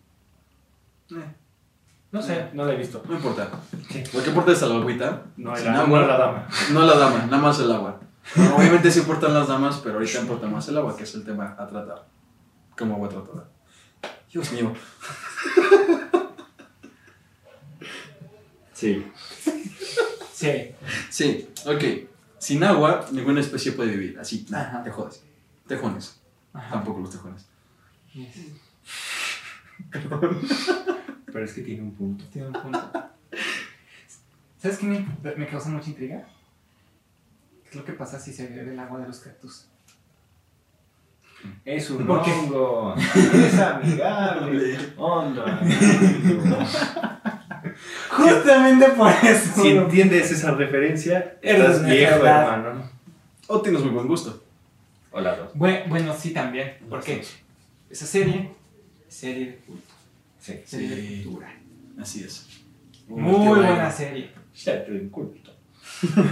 [SPEAKER 1] No sé, Eh, no la he visto.
[SPEAKER 3] no importa.
[SPEAKER 1] Sí.
[SPEAKER 3] Lo que importa es la agüita.
[SPEAKER 1] No,
[SPEAKER 3] Sin
[SPEAKER 1] era no
[SPEAKER 3] agua.
[SPEAKER 1] era la dama.
[SPEAKER 3] No la dama, nada más el agua. Obviamente sí importan las damas, pero ahorita importa más el agua, que es el tema a tratar. Como agua tratada. Dios mío.
[SPEAKER 1] Sí.
[SPEAKER 2] Sí.
[SPEAKER 3] Sí, ok. Sin agua, ninguna especie puede vivir. Así,
[SPEAKER 2] Ajá.
[SPEAKER 3] nada, te jodes. Tejones.
[SPEAKER 2] Ajá.
[SPEAKER 3] Tampoco los tejones.
[SPEAKER 2] Yes.
[SPEAKER 1] Pero es que tiene un punto.
[SPEAKER 2] Tiene un punto. ¿Sabes qué me, me causa mucha intriga? ¿Qué es lo que pasa si se bebe el agua de los cactus?
[SPEAKER 1] Es un
[SPEAKER 2] ¿Por
[SPEAKER 1] *laughs*
[SPEAKER 2] qué?
[SPEAKER 1] hongo. Es amigable. Onda.
[SPEAKER 2] Justamente por eso.
[SPEAKER 1] Si entiendes esa referencia,
[SPEAKER 2] Eres
[SPEAKER 1] eres viejo,
[SPEAKER 2] verdad.
[SPEAKER 1] hermano.
[SPEAKER 3] O tienes muy buen gusto.
[SPEAKER 1] Hola, dos.
[SPEAKER 2] Bue- bueno, sí también. Porque esa serie, serie de culto,
[SPEAKER 1] Sí.
[SPEAKER 2] serie de
[SPEAKER 3] Sí.
[SPEAKER 2] cultura.
[SPEAKER 3] Así es.
[SPEAKER 2] Muy buena serie.
[SPEAKER 1] Ya te inculto.
[SPEAKER 3] No,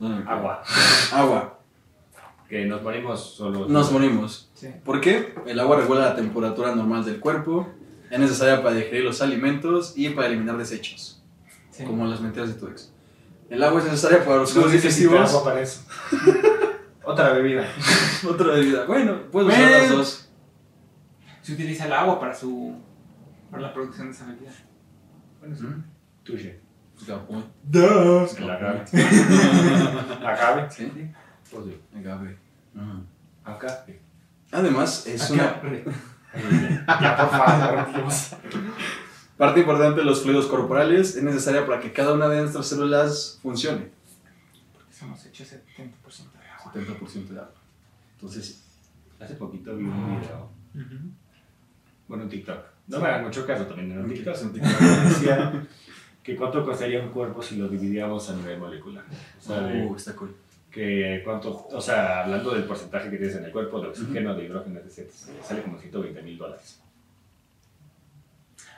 [SPEAKER 3] no me creo.
[SPEAKER 1] Agua.
[SPEAKER 3] Agua.
[SPEAKER 1] Que nos morimos solos.
[SPEAKER 3] Nos morimos.
[SPEAKER 2] Sí.
[SPEAKER 3] ¿Por qué? El agua regula la temperatura normal del cuerpo. Es necesaria para digerir los alimentos y para eliminar desechos.
[SPEAKER 2] sí.
[SPEAKER 3] Como las mentiras de tu ex. El agua es necesaria para los juegos digestivos.
[SPEAKER 1] agua para eso. *laughs* Otra bebida.
[SPEAKER 3] *laughs* Otra bebida. Bueno, puedes usar las
[SPEAKER 2] Bueno.
[SPEAKER 3] dos.
[SPEAKER 2] Se utiliza el agua para su. para la producción de esa bebida.
[SPEAKER 1] Bueno, sí.
[SPEAKER 3] ¿Mm?
[SPEAKER 1] Tuya.
[SPEAKER 3] Capón.
[SPEAKER 1] Dos. La cabe. *laughs*
[SPEAKER 3] Capón.
[SPEAKER 1] La cabe.
[SPEAKER 3] Sí.
[SPEAKER 1] Pues sí.
[SPEAKER 3] Agave. Ajá.
[SPEAKER 1] Acá. sí.
[SPEAKER 3] Además, es una
[SPEAKER 1] Ya, por favor, Dios.
[SPEAKER 3] parte importante de los fluidos corporales. Es necesaria para que cada una de nuestras células funcione.
[SPEAKER 2] Estamos hechos 70% de agua.
[SPEAKER 3] 70% de agua. Entonces,
[SPEAKER 1] Hace poquito vi un video. Bueno, un TikTok. No me hagan mucho caso también. Era un TikTok. *laughs* Un TikTok que decía que cuánto costaría un cuerpo si lo dividíamos a nivel molecular. O sea, de
[SPEAKER 3] uh, está cool.
[SPEAKER 1] que cuánto, o sea, hablando del porcentaje que tienes en el cuerpo de oxígeno, de hidrógeno, etc. Sale como 120 mil dólares.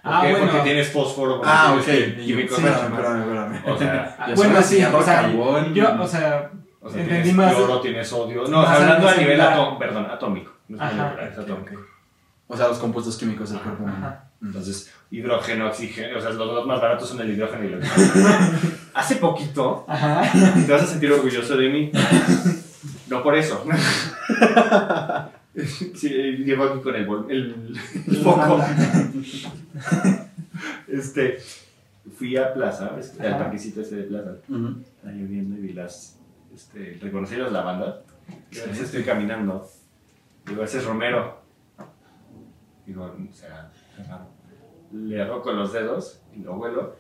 [SPEAKER 1] ¿Por
[SPEAKER 2] Ah,
[SPEAKER 1] qué?
[SPEAKER 2] bueno.
[SPEAKER 1] Porque tienes fósforo, porque
[SPEAKER 3] Ah, ok.
[SPEAKER 1] tienes
[SPEAKER 3] Sí,
[SPEAKER 1] químicos.
[SPEAKER 3] no,
[SPEAKER 1] más.
[SPEAKER 3] espérame, espérame.
[SPEAKER 1] o sea,
[SPEAKER 2] *laughs* Ah,
[SPEAKER 3] Ya
[SPEAKER 2] bueno,
[SPEAKER 3] suena
[SPEAKER 2] sí,
[SPEAKER 3] así,
[SPEAKER 2] o sea,
[SPEAKER 3] carbón.
[SPEAKER 2] yo, o sea,
[SPEAKER 1] o sea
[SPEAKER 2] Entendí
[SPEAKER 1] tienes
[SPEAKER 2] más-
[SPEAKER 1] cloro, tienes sodio. No,
[SPEAKER 2] más
[SPEAKER 1] hablando a
[SPEAKER 2] antes
[SPEAKER 1] nivel
[SPEAKER 2] que la-
[SPEAKER 1] atom- perdón, atómico. No es
[SPEAKER 2] Ajá.
[SPEAKER 1] molecular, es
[SPEAKER 3] Ok,
[SPEAKER 1] atómico.
[SPEAKER 3] ok. O sea, los compuestos químicos del
[SPEAKER 1] Ajá,
[SPEAKER 3] cuerpo humano.
[SPEAKER 2] ajá.
[SPEAKER 1] Entonces, hidrógeno, oxígeno, o sea, los dos más baratos son el hidrógeno y el oxígeno. Hace poquito
[SPEAKER 2] ajá.
[SPEAKER 1] *laughs* Te vas a sentir orgulloso de mí. *laughs* No por eso. *laughs* Sí, eh, llevo aquí con el, bol- el, el foco. *laughs* Este, fui a Plaza, este, al
[SPEAKER 2] Ajá.
[SPEAKER 1] parquecito este de Plaza.
[SPEAKER 3] Ujú.
[SPEAKER 1] Estaba lloviendo y vi las. Este, reconocí las lavandas. Y a veces estoy caminando. Digo, ese es Romero. Digo, será será. Le hago con los dedos y lo vuelo.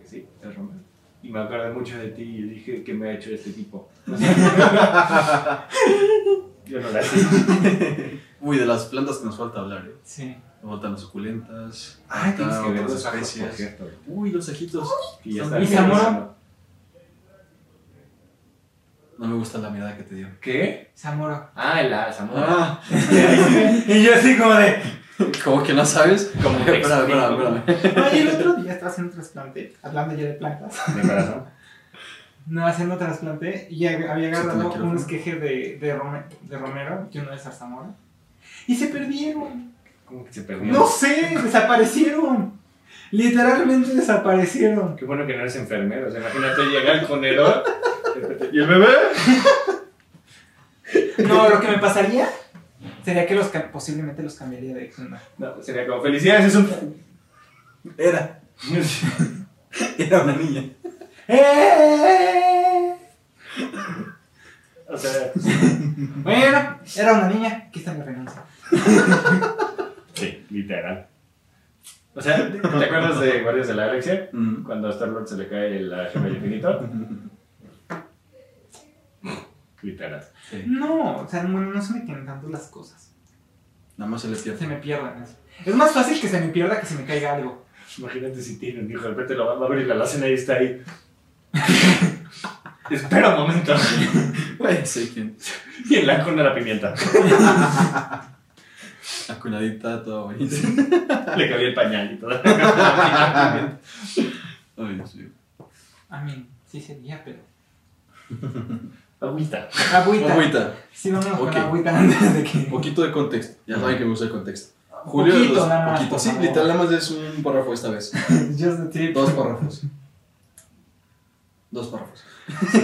[SPEAKER 1] Que sí, es Romero. Y me acordé mucho de ti y dije, ¿qué me ha hecho este tipo? *laughs* Yo no la sé.
[SPEAKER 3] Uy, de las plantas que nos falta hablar, ¿eh?
[SPEAKER 2] Sí.
[SPEAKER 3] Botan las suculentas.
[SPEAKER 1] Ah, tienes que ver
[SPEAKER 3] otras
[SPEAKER 1] los ajos, por
[SPEAKER 3] especies.
[SPEAKER 1] cierto.
[SPEAKER 3] Uy, los ajitos.
[SPEAKER 1] Que ya
[SPEAKER 3] Son
[SPEAKER 1] están
[SPEAKER 2] mis amor.
[SPEAKER 1] regresando.
[SPEAKER 3] No me gusta la mirada que te dio.
[SPEAKER 1] ¿Qué?
[SPEAKER 2] Zamora.
[SPEAKER 1] Ah, la Zamora.
[SPEAKER 3] Ah,
[SPEAKER 1] y yo así como de...
[SPEAKER 3] como que no sabes.
[SPEAKER 1] *laughs* Como que
[SPEAKER 3] Espera, espera,
[SPEAKER 1] explico.
[SPEAKER 3] espera.
[SPEAKER 2] Oye, el otro día estaba haciendo un trasplante, hablando ya de plantas.
[SPEAKER 1] De corazón.
[SPEAKER 2] No, haciendo trasplante y ag- había
[SPEAKER 3] Sí,
[SPEAKER 2] agarrado
[SPEAKER 3] tengo que ir,
[SPEAKER 2] unos
[SPEAKER 3] ¿no?
[SPEAKER 2] quejes de, de, Rome- de Romero y uno de Zarzamora. Y se perdieron.
[SPEAKER 1] Como que se perdió.
[SPEAKER 2] No sé, desaparecieron. Literalmente desaparecieron.
[SPEAKER 1] Qué bueno que no eres enfermero. o sea, imagínate llegar con Nerón. ¿Y el bebé?
[SPEAKER 3] *laughs*
[SPEAKER 2] No, lo que me pasaría sería que los ca- posiblemente los cambiaría de clima.
[SPEAKER 1] No, sería como felicidades, es un.
[SPEAKER 3] Era, *laughs* era una niña.
[SPEAKER 2] ¡Eh!
[SPEAKER 1] o sea,
[SPEAKER 2] Bueno, era una niña. Aquí está mi renuncia.
[SPEAKER 1] sí, literal. O sea, ¿te te acuerdas de Guardias de la Galaxia?
[SPEAKER 3] Mm.
[SPEAKER 1] Cuando a Star-Lord se le cae la gema del infinito. Literal.
[SPEAKER 3] *laughs* Sí,
[SPEAKER 2] No, o sea, no, no se me entienden tanto las cosas.
[SPEAKER 3] nada más se les
[SPEAKER 2] Se
[SPEAKER 3] pierde. *laughs*
[SPEAKER 2] me pierdan. eso. Es más fácil que se me pierda que se me caiga algo.
[SPEAKER 1] Imagínate si tiene un hijo, de repente lo va va a abrir la alacena y está ahí. *laughs* Espera un momento.
[SPEAKER 3] Güey, sé quién.
[SPEAKER 1] Y en la cuna la pimienta.
[SPEAKER 3] Acunadita, todo güey.
[SPEAKER 1] Le cabía el pañal y *laughs* toda la
[SPEAKER 3] Ay, Dios mío.
[SPEAKER 2] A mí, sí sería, pero.
[SPEAKER 1] Agüita.
[SPEAKER 2] Agüita.
[SPEAKER 3] Agüita,
[SPEAKER 2] Sí, vámonos
[SPEAKER 3] Ok.
[SPEAKER 2] con agüita antes de que.
[SPEAKER 3] un poquito de contexto. Ya saben que me gusta el contexto.
[SPEAKER 2] poquito,
[SPEAKER 3] los-
[SPEAKER 2] nada más,
[SPEAKER 3] poquito.
[SPEAKER 2] por
[SPEAKER 3] Sí,
[SPEAKER 2] favor.
[SPEAKER 3] literal, nada más es un párrafo esta *laughs* vez.
[SPEAKER 2] *laughs* Just the trip.
[SPEAKER 3] Dos párrafos. Dos párrafos. *laughs*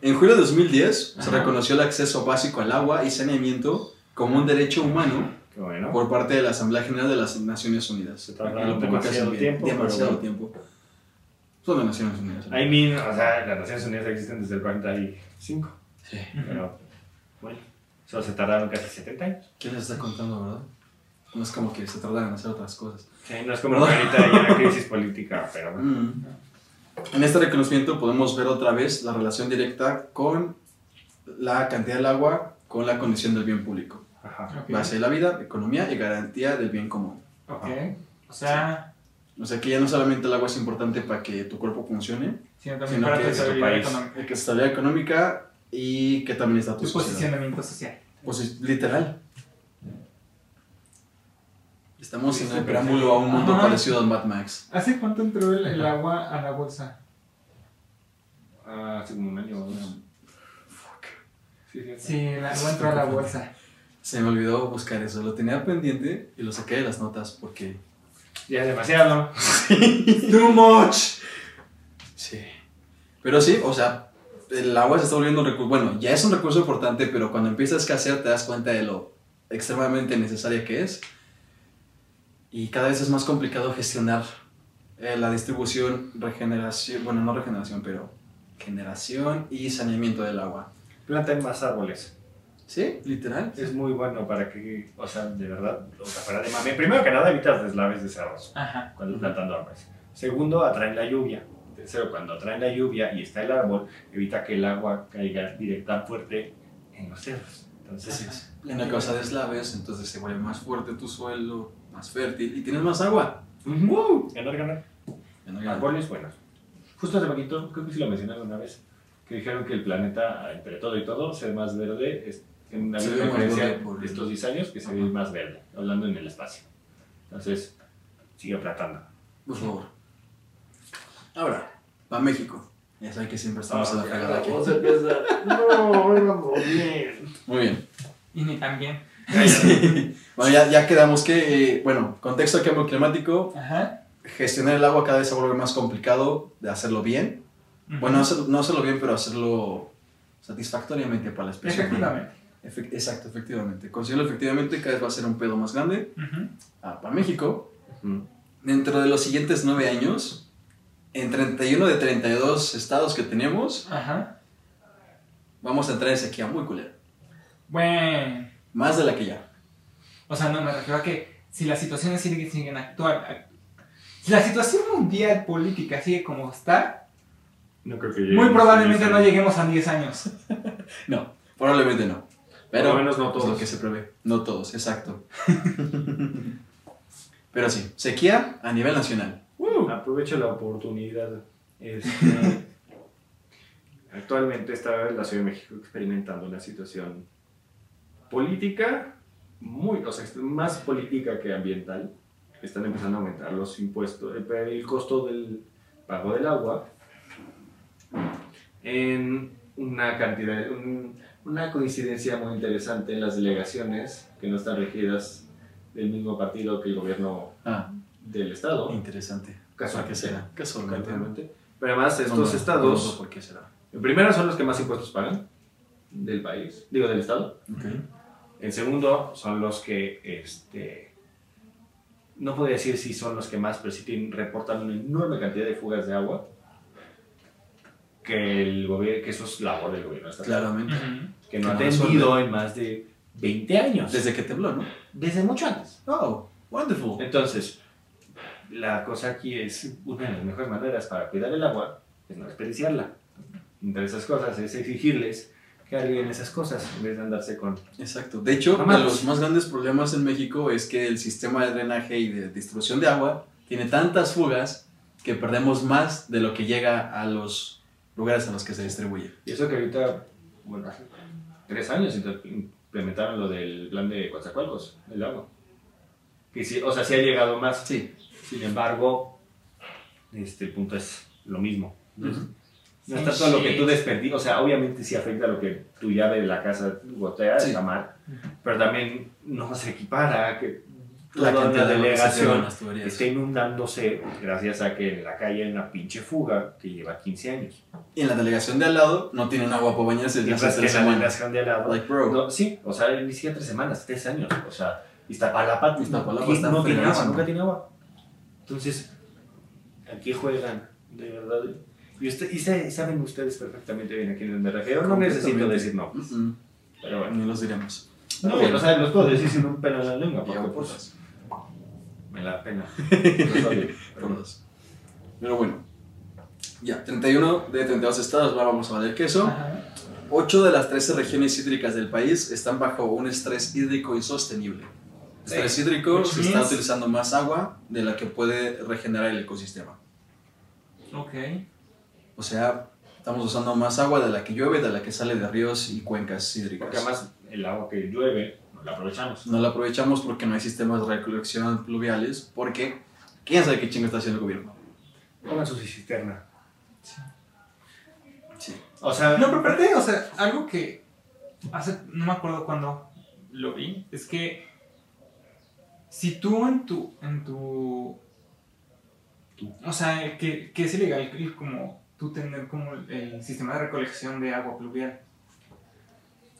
[SPEAKER 3] en julio de 2010 se
[SPEAKER 1] Ajá.
[SPEAKER 3] reconoció el acceso básico al agua y saneamiento como un derecho humano
[SPEAKER 1] Qué bueno.
[SPEAKER 3] por parte de la Asamblea General de las Naciones Unidas.
[SPEAKER 1] Se tardaron
[SPEAKER 3] Aquí lo poco que
[SPEAKER 1] demasiado
[SPEAKER 3] hacen bien,
[SPEAKER 1] tiempo, pero
[SPEAKER 3] Demasiado
[SPEAKER 1] bueno.
[SPEAKER 3] tiempo. Son de Naciones Unidas. ¿no?
[SPEAKER 1] I mean, o sea, las Naciones Unidas existen desde el 45,
[SPEAKER 3] Sí.
[SPEAKER 1] pero bueno, solo se tardaron casi 70 años.
[SPEAKER 3] ¿Quién les está contando, verdad? No es como que se tardan en hacer otras cosas.
[SPEAKER 1] Sí, no es como que ahorita hay una crisis política, pero bueno.
[SPEAKER 3] Mm. En este reconocimiento podemos ver otra vez la relación directa con la cantidad del agua con la condición del bien público.
[SPEAKER 1] Ajá.
[SPEAKER 2] Ok.
[SPEAKER 3] Base de la vida, economía y garantía del bien común.
[SPEAKER 2] Ok.
[SPEAKER 3] Ah.
[SPEAKER 2] O sea,
[SPEAKER 3] O sea que ya no solamente el agua es importante para que tu cuerpo funcione,
[SPEAKER 2] sino
[SPEAKER 3] Si
[SPEAKER 2] también
[SPEAKER 3] no
[SPEAKER 2] para tu
[SPEAKER 3] quieres
[SPEAKER 1] tu
[SPEAKER 2] estabilidad
[SPEAKER 1] país.
[SPEAKER 2] económica.
[SPEAKER 3] que estabilidad económica y que también está tu
[SPEAKER 2] Tu
[SPEAKER 3] sociedad.
[SPEAKER 2] posicionamiento social.
[SPEAKER 3] Pues es literal. Estamos en el
[SPEAKER 1] Perfecto.
[SPEAKER 3] preámbulo a un mundo
[SPEAKER 2] Ajá.
[SPEAKER 3] parecido a Mad Max.
[SPEAKER 2] ¿Hace cuánto entró el, el agua a la bolsa?
[SPEAKER 1] Ah, hace como un año o dos. Sí, sí, sí.
[SPEAKER 2] Sí, el agua entró a la bolsa.
[SPEAKER 3] Se me olvidó buscar eso, lo tenía pendiente y lo saqué de las notas porque
[SPEAKER 1] Ya es demasiado.
[SPEAKER 2] Too much.
[SPEAKER 3] Sí. Pero sí, o sea, el agua se está volviendo un recurso, bueno, ya es un recurso importante, pero cuando empieza a escasear te das cuenta de lo extremadamente necesaria que es. Y cada vez es más complicado gestionar eh, la distribución, regeneración, bueno, no regeneración, pero generación y saneamiento del agua.
[SPEAKER 1] Planten más árboles.
[SPEAKER 3] Sí, literal.
[SPEAKER 1] Es muy bueno para que, o sea, de verdad, o sea, fuera de mame. Primero que nada, evitas deslaves de cerros
[SPEAKER 2] Ajá.
[SPEAKER 1] cuando plantan árboles. Segundo, atraen la lluvia. Tercero, cuando atraen la lluvia y está el árbol, evita que el agua caiga directa fuerte en los cerros. Entonces,
[SPEAKER 3] Así es. La causa deslaves, entonces se vuelve más fuerte tu suelo, más fértil y tienes más agua.
[SPEAKER 1] ¡wow! ganar, ganar.
[SPEAKER 3] Ya no hay nada.
[SPEAKER 1] Árboles buenos. Justo hace poquito, creo que sí lo mencioné alguna vez, que dijeron que el planeta, entre todo y todo, se ve más verde es- en la
[SPEAKER 3] Se
[SPEAKER 1] misma
[SPEAKER 3] ve más
[SPEAKER 1] conferencia
[SPEAKER 3] verde por-
[SPEAKER 1] de estos 10 años que se ve
[SPEAKER 3] Ajá.
[SPEAKER 1] más verde, hablando en el espacio. Entonces, sigue plantando.
[SPEAKER 3] Por favor. Ahora, para México. Ya saben que siempre estamos
[SPEAKER 1] Ah,
[SPEAKER 2] Ah,
[SPEAKER 3] a la fregada aquí.
[SPEAKER 1] *laughs* No, íbamos bien.
[SPEAKER 3] *laughs* Muy bien.
[SPEAKER 2] Y ni también.
[SPEAKER 3] Bueno, ya, ya quedamos que, eh, bueno, contexto de cambio climático,
[SPEAKER 2] Ajá.
[SPEAKER 3] gestionar el agua cada vez se vuelve más complicado de hacerlo bien.
[SPEAKER 2] Ujú.
[SPEAKER 3] Bueno, hacer- no hacerlo bien, pero hacerlo satisfactoriamente para la especie. humana.
[SPEAKER 2] efectivamente.
[SPEAKER 3] Efe- Exacto, efectivamente. Conseguirlo efectivamente cada vez va a ser un pedo más grande
[SPEAKER 2] Ujú.
[SPEAKER 3] para México. Dentro de los siguientes nueve años, en 31 de 32 estados que tenemos,
[SPEAKER 2] Ajá.
[SPEAKER 3] vamos a entrar en sequía muy culera.
[SPEAKER 2] Bueno.
[SPEAKER 3] Más de la que ya.
[SPEAKER 2] O sea, no, me refiero a que si las situaciones siguen, siguen actuar. Si la situación mundial política sigue como está,
[SPEAKER 1] No creo que llegue.
[SPEAKER 2] muy probablemente no lleguemos a 10 años.
[SPEAKER 3] No, probablemente no. Pero
[SPEAKER 1] Por lo menos no
[SPEAKER 3] es lo
[SPEAKER 1] todos.
[SPEAKER 3] que se prevé. No todos, exacto. *laughs* Pero sí, sequía a nivel nacional.
[SPEAKER 1] Aprovecho la oportunidad. Este, actualmente está la Ciudad de México experimentando una situación política, muy, o sea, más política que ambiental. Están empezando a aumentar los impuestos, el, el costo del pago del agua en una cantidad, un- una coincidencia muy interesante en las delegaciones que no están regidas del mismo partido que el gobierno
[SPEAKER 3] Ah,
[SPEAKER 1] del estado.
[SPEAKER 3] interesante. ¿Por qué
[SPEAKER 1] Casualmente.
[SPEAKER 3] será? Casualmente.
[SPEAKER 1] Casualmente. Pero además,
[SPEAKER 3] No,
[SPEAKER 1] estos
[SPEAKER 3] no, no sé
[SPEAKER 1] estados,
[SPEAKER 3] ¿Por qué será?
[SPEAKER 1] primero son los que más impuestos pagan del país, digo del estado.
[SPEAKER 3] Ok.
[SPEAKER 1] En segundo, son los que, este, no puedo decir si son los que más, pero sí tienen- reportan una enorme cantidad de fugas de agua que el gobierno, que eso es labor del gobierno estatal,
[SPEAKER 3] Claramente.
[SPEAKER 1] que no
[SPEAKER 3] Que
[SPEAKER 1] ha
[SPEAKER 3] no
[SPEAKER 1] atendido en más de 20 años, desde,
[SPEAKER 3] Desde que tembló, ¿no?
[SPEAKER 1] desde mucho antes.
[SPEAKER 3] Oh, wonderful.
[SPEAKER 1] Entonces, la cosa aquí es una de las mejores maneras para cuidar el agua es no desperdiciarla. Entre esas cosas es exigirles que alguien esas cosas en vez de andarse con.
[SPEAKER 3] Exacto. De hecho, uno
[SPEAKER 1] Mamá.
[SPEAKER 3] de los más grandes problemas en México es que el sistema de drenaje y de distribución de agua tiene tantas fugas que perdemos más de lo que llega a los lugares a los que se distribuye.
[SPEAKER 1] Y eso que ahorita, bueno, hace tres años inter- implementaron lo del plan de Coatzacoalcos, el agua. Que sí, o sea, sí ha llegado más.
[SPEAKER 3] Sí.
[SPEAKER 1] Sin embargo, este el punto es lo mismo.
[SPEAKER 3] Ujú.
[SPEAKER 1] No es tanto lo que tú desperdicias, o sea, obviamente sí afecta lo que tu llave de la casa gotea,
[SPEAKER 3] Sí.
[SPEAKER 1] está mal,
[SPEAKER 2] Ujú.
[SPEAKER 1] pero también no se equipara a que
[SPEAKER 3] La
[SPEAKER 1] toda
[SPEAKER 3] cantidad
[SPEAKER 1] la
[SPEAKER 3] de agua que se lleva en
[SPEAKER 1] delegación
[SPEAKER 3] las tuberías.
[SPEAKER 1] esté inundándose gracias a que en la calle hay una pinche fuga que lleva 15 años.
[SPEAKER 3] Y en la delegación de al lado no tienen agua para bañarse desde hace
[SPEAKER 1] Mientras pues que
[SPEAKER 3] tres
[SPEAKER 1] la
[SPEAKER 3] semanas.
[SPEAKER 1] delegación de al lado-
[SPEAKER 3] Like, bro.
[SPEAKER 1] No, sí, o sea, ni siquiera tres semanas, tres años, o sea, Iztapalapa,
[SPEAKER 3] Iztapalapa
[SPEAKER 1] no tiene
[SPEAKER 3] está
[SPEAKER 1] agua,
[SPEAKER 3] fregadísimo.
[SPEAKER 1] nunca tiene agua. Entonces, aquí juegan, de verdad. Y, usted- y se- saben ustedes perfectamente bien a quiénes me refiero, no necesito
[SPEAKER 3] Completamente.
[SPEAKER 1] decir no.
[SPEAKER 3] Mm,
[SPEAKER 1] Pero bueno.
[SPEAKER 3] Ni los diremos.
[SPEAKER 1] No,
[SPEAKER 3] Bien.
[SPEAKER 1] o sea, los puedo decir sin un pelo en la lengua, porque
[SPEAKER 3] Ya, por
[SPEAKER 1] pues,
[SPEAKER 3] dos.
[SPEAKER 1] me la *laughs* pena. Los odio.
[SPEAKER 3] Por dos. Pero bueno. Ya, 31 de 32 estados, ahora vamos a valer queso.
[SPEAKER 2] Ajá.
[SPEAKER 3] Ocho de las 13 regiones hídricas del país están bajo un estrés hídrico insostenible. Estrés hídrico,
[SPEAKER 2] Which
[SPEAKER 3] se está
[SPEAKER 2] means-
[SPEAKER 3] utilizando más agua de la que puede regenerar el ecosistema.
[SPEAKER 2] Ok.
[SPEAKER 3] O sea, estamos usando más agua de la que llueve, de la que sale de ríos y cuencas hídricas.
[SPEAKER 1] Porque además el agua que llueve, no la aprovechamos.
[SPEAKER 3] No la aprovechamos porque no hay sistemas de recolección pluviales, porque quién sabe qué chingo está haciendo el gobierno.
[SPEAKER 1] Pongan su cisterna.
[SPEAKER 3] Sí.
[SPEAKER 1] O sea,
[SPEAKER 2] No, pero aparte, o sea, algo que hace, no me acuerdo cuándo lo vi, es que si tú en tu, en tu,
[SPEAKER 1] Tú.
[SPEAKER 2] o sea, que, que es ilegal el- como tu tú tener como el, el sistema de recolección de agua pluvial.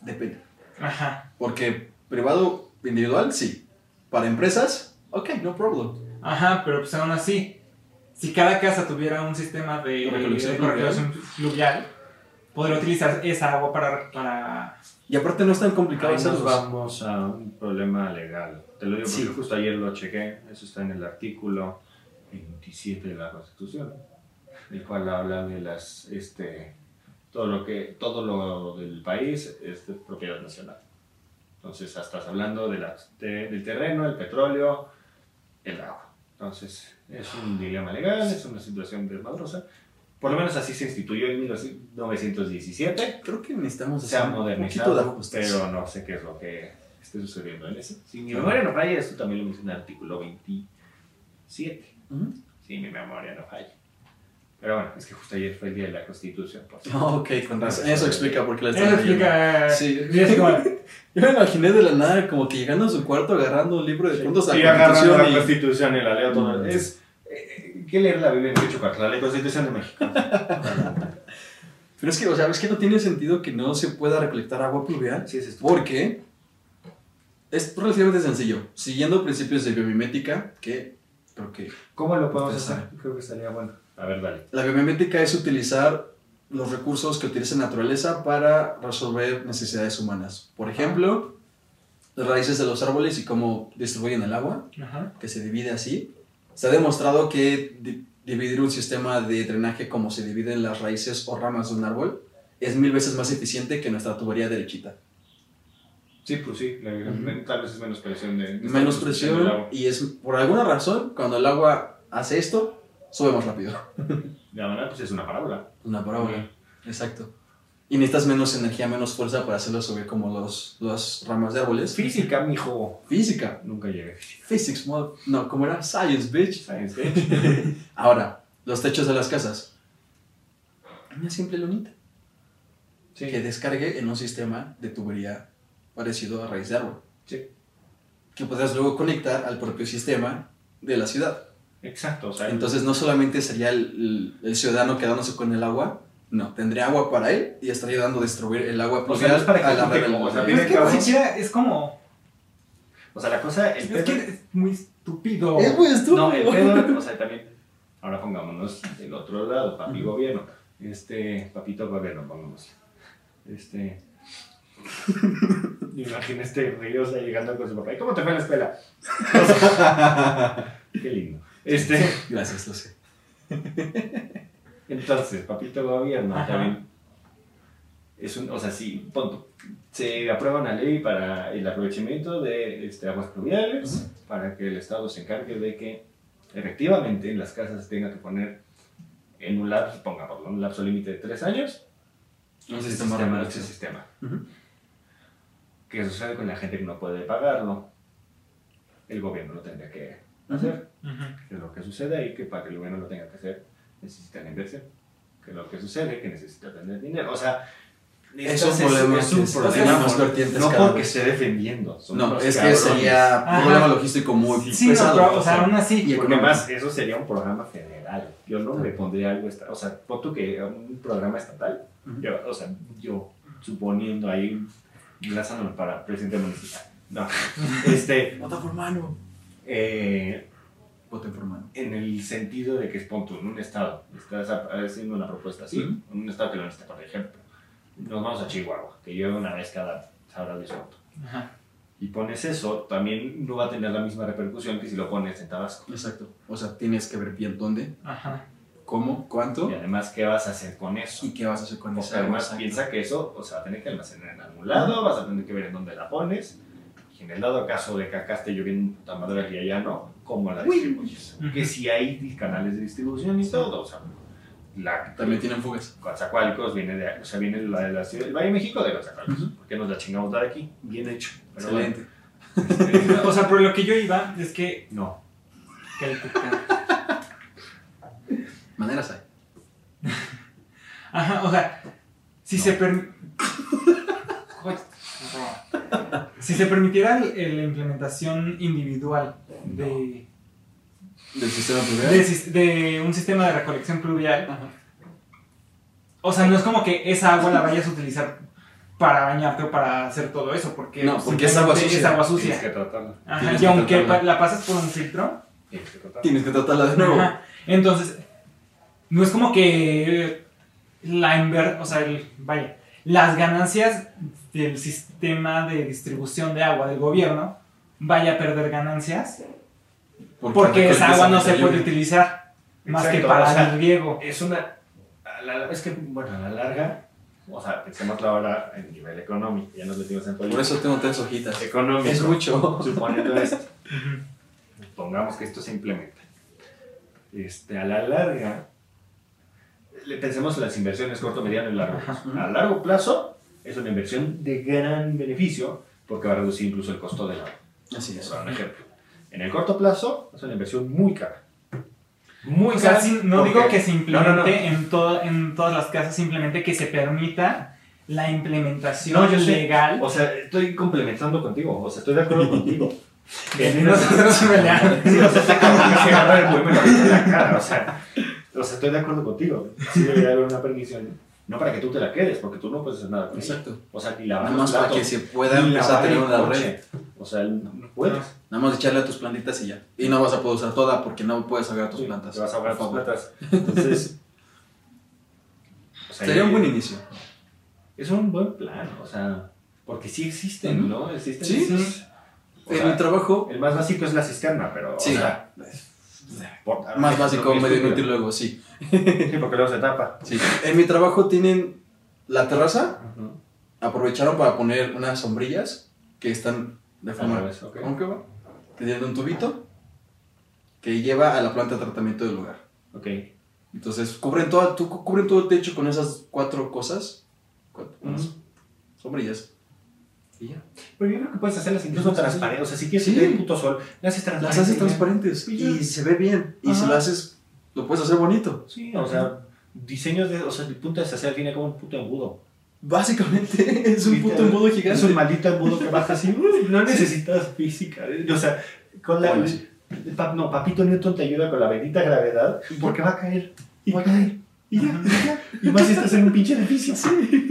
[SPEAKER 3] Depende.
[SPEAKER 2] Ajá,
[SPEAKER 3] Porque privado, individual, sí. Para empresas, ok, no problem.
[SPEAKER 2] ajá, pero pues aún así, si cada casa tuviera un sistema de
[SPEAKER 3] ¿De recolección
[SPEAKER 2] de recolección pluvial, podría utilizar esa agua para, para
[SPEAKER 3] Y aparte no es tan complicado
[SPEAKER 1] Ahí nos
[SPEAKER 3] hacerlos.
[SPEAKER 1] vamos a un problema legal. Te lo digo porque
[SPEAKER 3] Sí.
[SPEAKER 1] justo ayer lo chequé. Eso está en el artículo 27 de la Constitución, el cual habla de las, este, todo lo que, todo lo del país es de propiedad nacional. Entonces, hasta estás hablando de la- de- del terreno, el petróleo, el agua. Entonces, es un dilema legal, es una situación desmadrosa. Por lo menos así se instituyó en 1917
[SPEAKER 3] Eh, Creo que necesitamos
[SPEAKER 1] se ha
[SPEAKER 3] hacer un poquito de
[SPEAKER 1] modernizado,
[SPEAKER 3] ajustes.
[SPEAKER 1] pero no sé qué es lo que esté sucediendo en eso. Si mi memoria no falla, esto también lo menciona el artículo 27.
[SPEAKER 3] Ujú.
[SPEAKER 1] Si mi memoria no falla. Pero bueno, es que justo ayer fue el día de la Constitución. Por
[SPEAKER 3] Ah, ok, con razón. Eso explica por qué la
[SPEAKER 2] Eso
[SPEAKER 3] están leyendo.
[SPEAKER 2] explica.
[SPEAKER 3] Sí.
[SPEAKER 2] Y así
[SPEAKER 3] *laughs*
[SPEAKER 2] como,
[SPEAKER 3] Yo me imaginé de la nada como que llegando a su cuarto agarrando un libro de cuentos
[SPEAKER 1] y
[SPEAKER 3] a
[SPEAKER 1] agarrando la
[SPEAKER 3] Constitución
[SPEAKER 1] Constitución y la leo todo.
[SPEAKER 3] Mm.
[SPEAKER 1] Es, eh, ¿Qué leer la Biblia en Pecho La Constitución de México.
[SPEAKER 3] y- Pero es que, o sea, es que no tiene sentido que no se pueda recolectar agua pluvial
[SPEAKER 1] *laughs* Así es esto.
[SPEAKER 3] porque es relativamente sencillo. Siguiendo principios de biomimética, que creo que
[SPEAKER 1] ¿Cómo lo podemos
[SPEAKER 3] Ustedes
[SPEAKER 1] hacer? Creo que estaría bueno. A ver, dale.
[SPEAKER 3] La biomimética es utilizar los recursos que utiliza la naturaleza para resolver necesidades humanas. Por ejemplo, las raíces de los árboles y cómo distribuyen el agua,
[SPEAKER 2] Ajá.
[SPEAKER 3] que se divide así. Se ha demostrado que di- dividir un sistema de drenaje como se dividen las raíces o ramas de un árbol es mil veces más eficiente que nuestra tubería derechita.
[SPEAKER 1] Sí, pues sí. la-
[SPEAKER 3] Ujú.
[SPEAKER 1] Tal vez es menos presión de. de
[SPEAKER 3] Menos
[SPEAKER 1] esta constitución del
[SPEAKER 3] presión
[SPEAKER 1] agua.
[SPEAKER 3] y es por alguna razón cuando el agua hace esto, sube más rápido.
[SPEAKER 1] La verdad, pues es una parábola.
[SPEAKER 3] Una parábola. Exacto. Y necesitas menos energía, menos fuerza para hacerlo subir como los, las ramas de árboles.
[SPEAKER 1] Física, mijo.
[SPEAKER 3] Física.
[SPEAKER 1] Nunca llegué.
[SPEAKER 3] Physics, mod- no, ¿cómo era? Science, bitch.
[SPEAKER 1] Science Bitch.
[SPEAKER 3] Ahora, los techos de las casas. Una simple lunita que descargue en un sistema de tubería parecido a raíz de árbol.
[SPEAKER 1] Sí.
[SPEAKER 3] Que podrás luego conectar al propio sistema de la ciudad.
[SPEAKER 1] Exacto, o sea,
[SPEAKER 3] Entonces no solamente sería el, el- el ciudadano quedándose con el agua, no, tendría agua para él y estaría dando a distribuir el agua
[SPEAKER 1] O sea, no es para que
[SPEAKER 3] a la
[SPEAKER 1] junte
[SPEAKER 3] red del
[SPEAKER 1] como, o sea,
[SPEAKER 2] Pero
[SPEAKER 3] agua.
[SPEAKER 2] es que ni siquiera es como.
[SPEAKER 1] o sea, la cosa, el
[SPEAKER 2] Es
[SPEAKER 1] pedo,
[SPEAKER 2] que es muy estúpido.
[SPEAKER 3] Es muy estúpido.
[SPEAKER 1] no, el pedo, o sea, también, ahora pongámonos del otro lado, papi gobierno, este, papito gobierno, pongámoslo,
[SPEAKER 3] *laughs*
[SPEAKER 1] este, imagina este ríosa llegando con su papá, ¿y cómo te fue en la
[SPEAKER 3] *laughs*
[SPEAKER 1] escuela? O sea, qué lindo, este,
[SPEAKER 3] Gracias, lo sé.
[SPEAKER 1] Entonces, papito gobierno
[SPEAKER 2] Ajá.
[SPEAKER 1] también. Es un, o sea, sí, pon tú, se aprueba una ley para el aprovechamiento de este, aguas pluviales, para que el Estado se encargue de que efectivamente las casas tengan que poner en un lapso, pongámoslo, un lapso límite de tres años,
[SPEAKER 3] Un
[SPEAKER 1] ese
[SPEAKER 3] sistema
[SPEAKER 1] ese
[SPEAKER 3] remoto.
[SPEAKER 1] sistema.
[SPEAKER 3] Ujú.
[SPEAKER 1] ¿Qué sucede con la gente que no puede pagarlo? El gobierno lo tendría que hacer
[SPEAKER 2] Ujú.
[SPEAKER 1] que lo que sucede y que para que el gobierno lo tenga que hacer necesitan inversión. Que lo que sucede que necesita tener dinero. O sea,
[SPEAKER 3] Es
[SPEAKER 1] esto
[SPEAKER 3] un problema que es- tiene más
[SPEAKER 1] por-
[SPEAKER 3] vertientes
[SPEAKER 1] no
[SPEAKER 3] cada
[SPEAKER 1] porque
[SPEAKER 3] vez.
[SPEAKER 1] esté defendiendo. son
[SPEAKER 3] No,
[SPEAKER 1] unos
[SPEAKER 3] es que
[SPEAKER 1] cabrones.
[SPEAKER 3] sería
[SPEAKER 2] Ajá.
[SPEAKER 3] un problema logístico muy
[SPEAKER 2] Sí, no,
[SPEAKER 3] pesado.
[SPEAKER 2] pero, o sea, aún así.
[SPEAKER 3] Y
[SPEAKER 1] Porque
[SPEAKER 3] económico.
[SPEAKER 1] más, eso sería un programa federal. Yo no le pondría algo. esta- O sea, pon tú que un programa estatal.
[SPEAKER 3] Ujú.
[SPEAKER 1] Yo, o sea, yo suponiendo ahí, enlazándome para presidente municipal.
[SPEAKER 3] *laughs*
[SPEAKER 1] No, este,
[SPEAKER 3] Vota por mano.
[SPEAKER 1] eh,
[SPEAKER 3] Voten por mano.
[SPEAKER 1] En el sentido de que es punto, en un estado, estás haciendo una propuesta así,
[SPEAKER 3] Ujú.
[SPEAKER 1] en un estado que no está, por ejemplo, nos vamos a Chihuahua, que yo una vez cada sabrá Dios cuánto.
[SPEAKER 2] Ajá.
[SPEAKER 1] Y pones eso, también no va a tener la misma repercusión que si lo pones en Tabasco.
[SPEAKER 3] Exacto. O sea, tienes que ver bien dónde,
[SPEAKER 2] Ajá.
[SPEAKER 3] cómo, cuánto
[SPEAKER 1] Y además, ¿qué vas a hacer con eso?
[SPEAKER 3] y qué vas a hacer con
[SPEAKER 1] Porque
[SPEAKER 3] esa
[SPEAKER 1] además
[SPEAKER 3] agua.
[SPEAKER 1] piensa que eso, o sea, va a tener que almacenar en algún lado, vas a tener que ver en dónde la pones, y en el dado caso de que acá esté lloviendo puta madre aquí y allá no, cómo la distribuyes.
[SPEAKER 2] Ujú.
[SPEAKER 1] Que si hay canales de distribución y todo, o sea, la,
[SPEAKER 3] También tienen fugas.
[SPEAKER 1] Coatzacoalcos viene de, o sea, viene la de la ciudad, el Valle de México de Coatzacoalcos. ¿Por qué nos la chingamos de aquí? Bien hecho. Pero bueno,
[SPEAKER 3] Excelente.
[SPEAKER 1] este,
[SPEAKER 2] O sea, por lo que yo iba es que.
[SPEAKER 1] no.
[SPEAKER 2] Calcuta.
[SPEAKER 3] Maneras hay.
[SPEAKER 2] Ajá, o sea, si
[SPEAKER 1] No.
[SPEAKER 2] se permi- Joder. Si se permitiera el- el- la implementación individual de,
[SPEAKER 3] Del sistema pluvial.
[SPEAKER 2] de sis- de un sistema de recolección pluvial,
[SPEAKER 3] Ajá.
[SPEAKER 2] O sea, no es como que esa agua la vayas a utilizar para bañarte o para hacer todo eso, porque,
[SPEAKER 3] No, porque es agua
[SPEAKER 2] simplemente
[SPEAKER 3] sucia.
[SPEAKER 2] Es agua
[SPEAKER 1] Tienes
[SPEAKER 2] sucia.
[SPEAKER 1] que tratarla.
[SPEAKER 2] Ajá,
[SPEAKER 3] tienes
[SPEAKER 2] y
[SPEAKER 3] que
[SPEAKER 2] aunque
[SPEAKER 3] tratarla.
[SPEAKER 2] pa- la pasas por un filtro,
[SPEAKER 1] Tienes que tratarla.
[SPEAKER 3] Tienes que tratarla de nuevo.
[SPEAKER 2] Ajá. Entonces, no es como que la inver, o sea, el- vaya, las ganancias del sistema de distribución de agua del gobierno vaya a perder ganancias porque esa agua no se puede utilizar más
[SPEAKER 1] Exacto,
[SPEAKER 2] que para
[SPEAKER 1] o sea,
[SPEAKER 2] el riego.
[SPEAKER 1] Es una. a la- es que, bueno, a la larga, o sea, pensemoslo ahora en nivel económico, ya nos metimos en
[SPEAKER 3] Por
[SPEAKER 1] política.
[SPEAKER 3] eso tengo tres hojitas.
[SPEAKER 1] Económico.
[SPEAKER 3] Es mucho.
[SPEAKER 1] Suponiendo esto.
[SPEAKER 2] Ujú.
[SPEAKER 1] pongamos que esto se implementa. Este, a la larga, le pensemos en las inversiones corto, mediano y largo. plazo. A largo plazo es una inversión de gran beneficio porque va a reducir incluso el costo del agua.
[SPEAKER 3] Así
[SPEAKER 1] Es
[SPEAKER 3] es.
[SPEAKER 1] un ejemplo. En el corto plazo es una inversión muy cara. Muy
[SPEAKER 2] O sea,
[SPEAKER 1] cara.
[SPEAKER 2] sí, no
[SPEAKER 1] porque-
[SPEAKER 2] digo que se implemente
[SPEAKER 1] No, no, no.
[SPEAKER 2] En, todo- en todas las casas, simplemente que se permita la implementación
[SPEAKER 1] No, yo sé.
[SPEAKER 2] legal.
[SPEAKER 1] O sea, estoy complementando contigo. O sea, estoy de
[SPEAKER 2] *laughs*
[SPEAKER 1] acuerdo contigo. En una-
[SPEAKER 2] Nosotros
[SPEAKER 1] *laughs*
[SPEAKER 2] peleamos.
[SPEAKER 1] Sí, o sea, está como que se agarra el güey, me lo pone en la cara, o sea, o sea, estoy de acuerdo contigo. Sí debería haber una permisión, no para que tú te la quedes, porque tú no puedes hacer nada con ella.
[SPEAKER 3] Exacto.
[SPEAKER 1] O sea, ni lavar
[SPEAKER 3] Nada
[SPEAKER 1] los
[SPEAKER 3] más para
[SPEAKER 1] platos,
[SPEAKER 3] que se pueda
[SPEAKER 1] ni
[SPEAKER 3] empezar a
[SPEAKER 1] lavar
[SPEAKER 3] tener
[SPEAKER 1] el
[SPEAKER 3] una
[SPEAKER 1] coche.
[SPEAKER 3] red.
[SPEAKER 1] O sea, no puedes.
[SPEAKER 3] Nada más echarle a tus plantitas y ya. Y no vas a poder usar toda porque no puedes ahogar tus plantas.
[SPEAKER 1] Te vas a ahogar
[SPEAKER 3] Por
[SPEAKER 1] tus
[SPEAKER 3] favor.
[SPEAKER 1] plantas.
[SPEAKER 3] *laughs*
[SPEAKER 1] Entonces, o sea,
[SPEAKER 3] Sería un buen inicio.
[SPEAKER 1] es un buen plan, o sea, porque sí existen, ¿no? Existen.
[SPEAKER 3] Sí.
[SPEAKER 1] esos- o
[SPEAKER 3] En
[SPEAKER 1] sea,
[SPEAKER 3] mi trabajo,
[SPEAKER 1] el más básico es la cisterna, pero,
[SPEAKER 3] Sí.
[SPEAKER 1] o sea, por-
[SPEAKER 3] más básico,
[SPEAKER 1] lo que
[SPEAKER 3] medio
[SPEAKER 1] estudio.
[SPEAKER 3] inútil luego, sí.
[SPEAKER 1] Sí, porque luego se tapa.
[SPEAKER 3] sí. En mi trabajo tienen la terraza, aprovecharon para poner unas sombrillas que están de
[SPEAKER 1] Al
[SPEAKER 3] forma
[SPEAKER 1] revés, ok.
[SPEAKER 3] ¿Cómo que va? Que tienen un tubito que lleva a la planta de tratamiento del lugar.
[SPEAKER 1] Ok.
[SPEAKER 3] Entonces, cubren todo, tú, cu- cubren todo el techo con esas cuatro cosas, cuatro, unas sombrillas. Y ya.
[SPEAKER 1] Pero yo creo que puedes hacerlas incluso
[SPEAKER 3] Sí, sí, sí.
[SPEAKER 1] transparentes. O sea, si quieres
[SPEAKER 3] Sí.
[SPEAKER 1] que te dé el puto sol, las haces transparentes.
[SPEAKER 3] Las haces
[SPEAKER 1] ya.
[SPEAKER 3] transparentes
[SPEAKER 1] Y ya.
[SPEAKER 3] y se ve bien. Y
[SPEAKER 1] Ajá.
[SPEAKER 3] si lo haces, lo puedes hacer bonito.
[SPEAKER 1] Sí, o sea, diseños de. O sea, el punto de hacer tiene como un puto embudo.
[SPEAKER 3] Básicamente *laughs* es un puto embudo
[SPEAKER 1] Es
[SPEAKER 3] gigante.
[SPEAKER 1] un maldito embudo que baja
[SPEAKER 3] *laughs*
[SPEAKER 1] así. uy, No necesitas física. eh, O sea, con la.
[SPEAKER 3] Bueno, sí.
[SPEAKER 1] pa- no, Papito Newton te ayuda con la bendita gravedad porque va a caer. Y va a caer. Y ya, y ya. Y más si estás en un pinche edificio.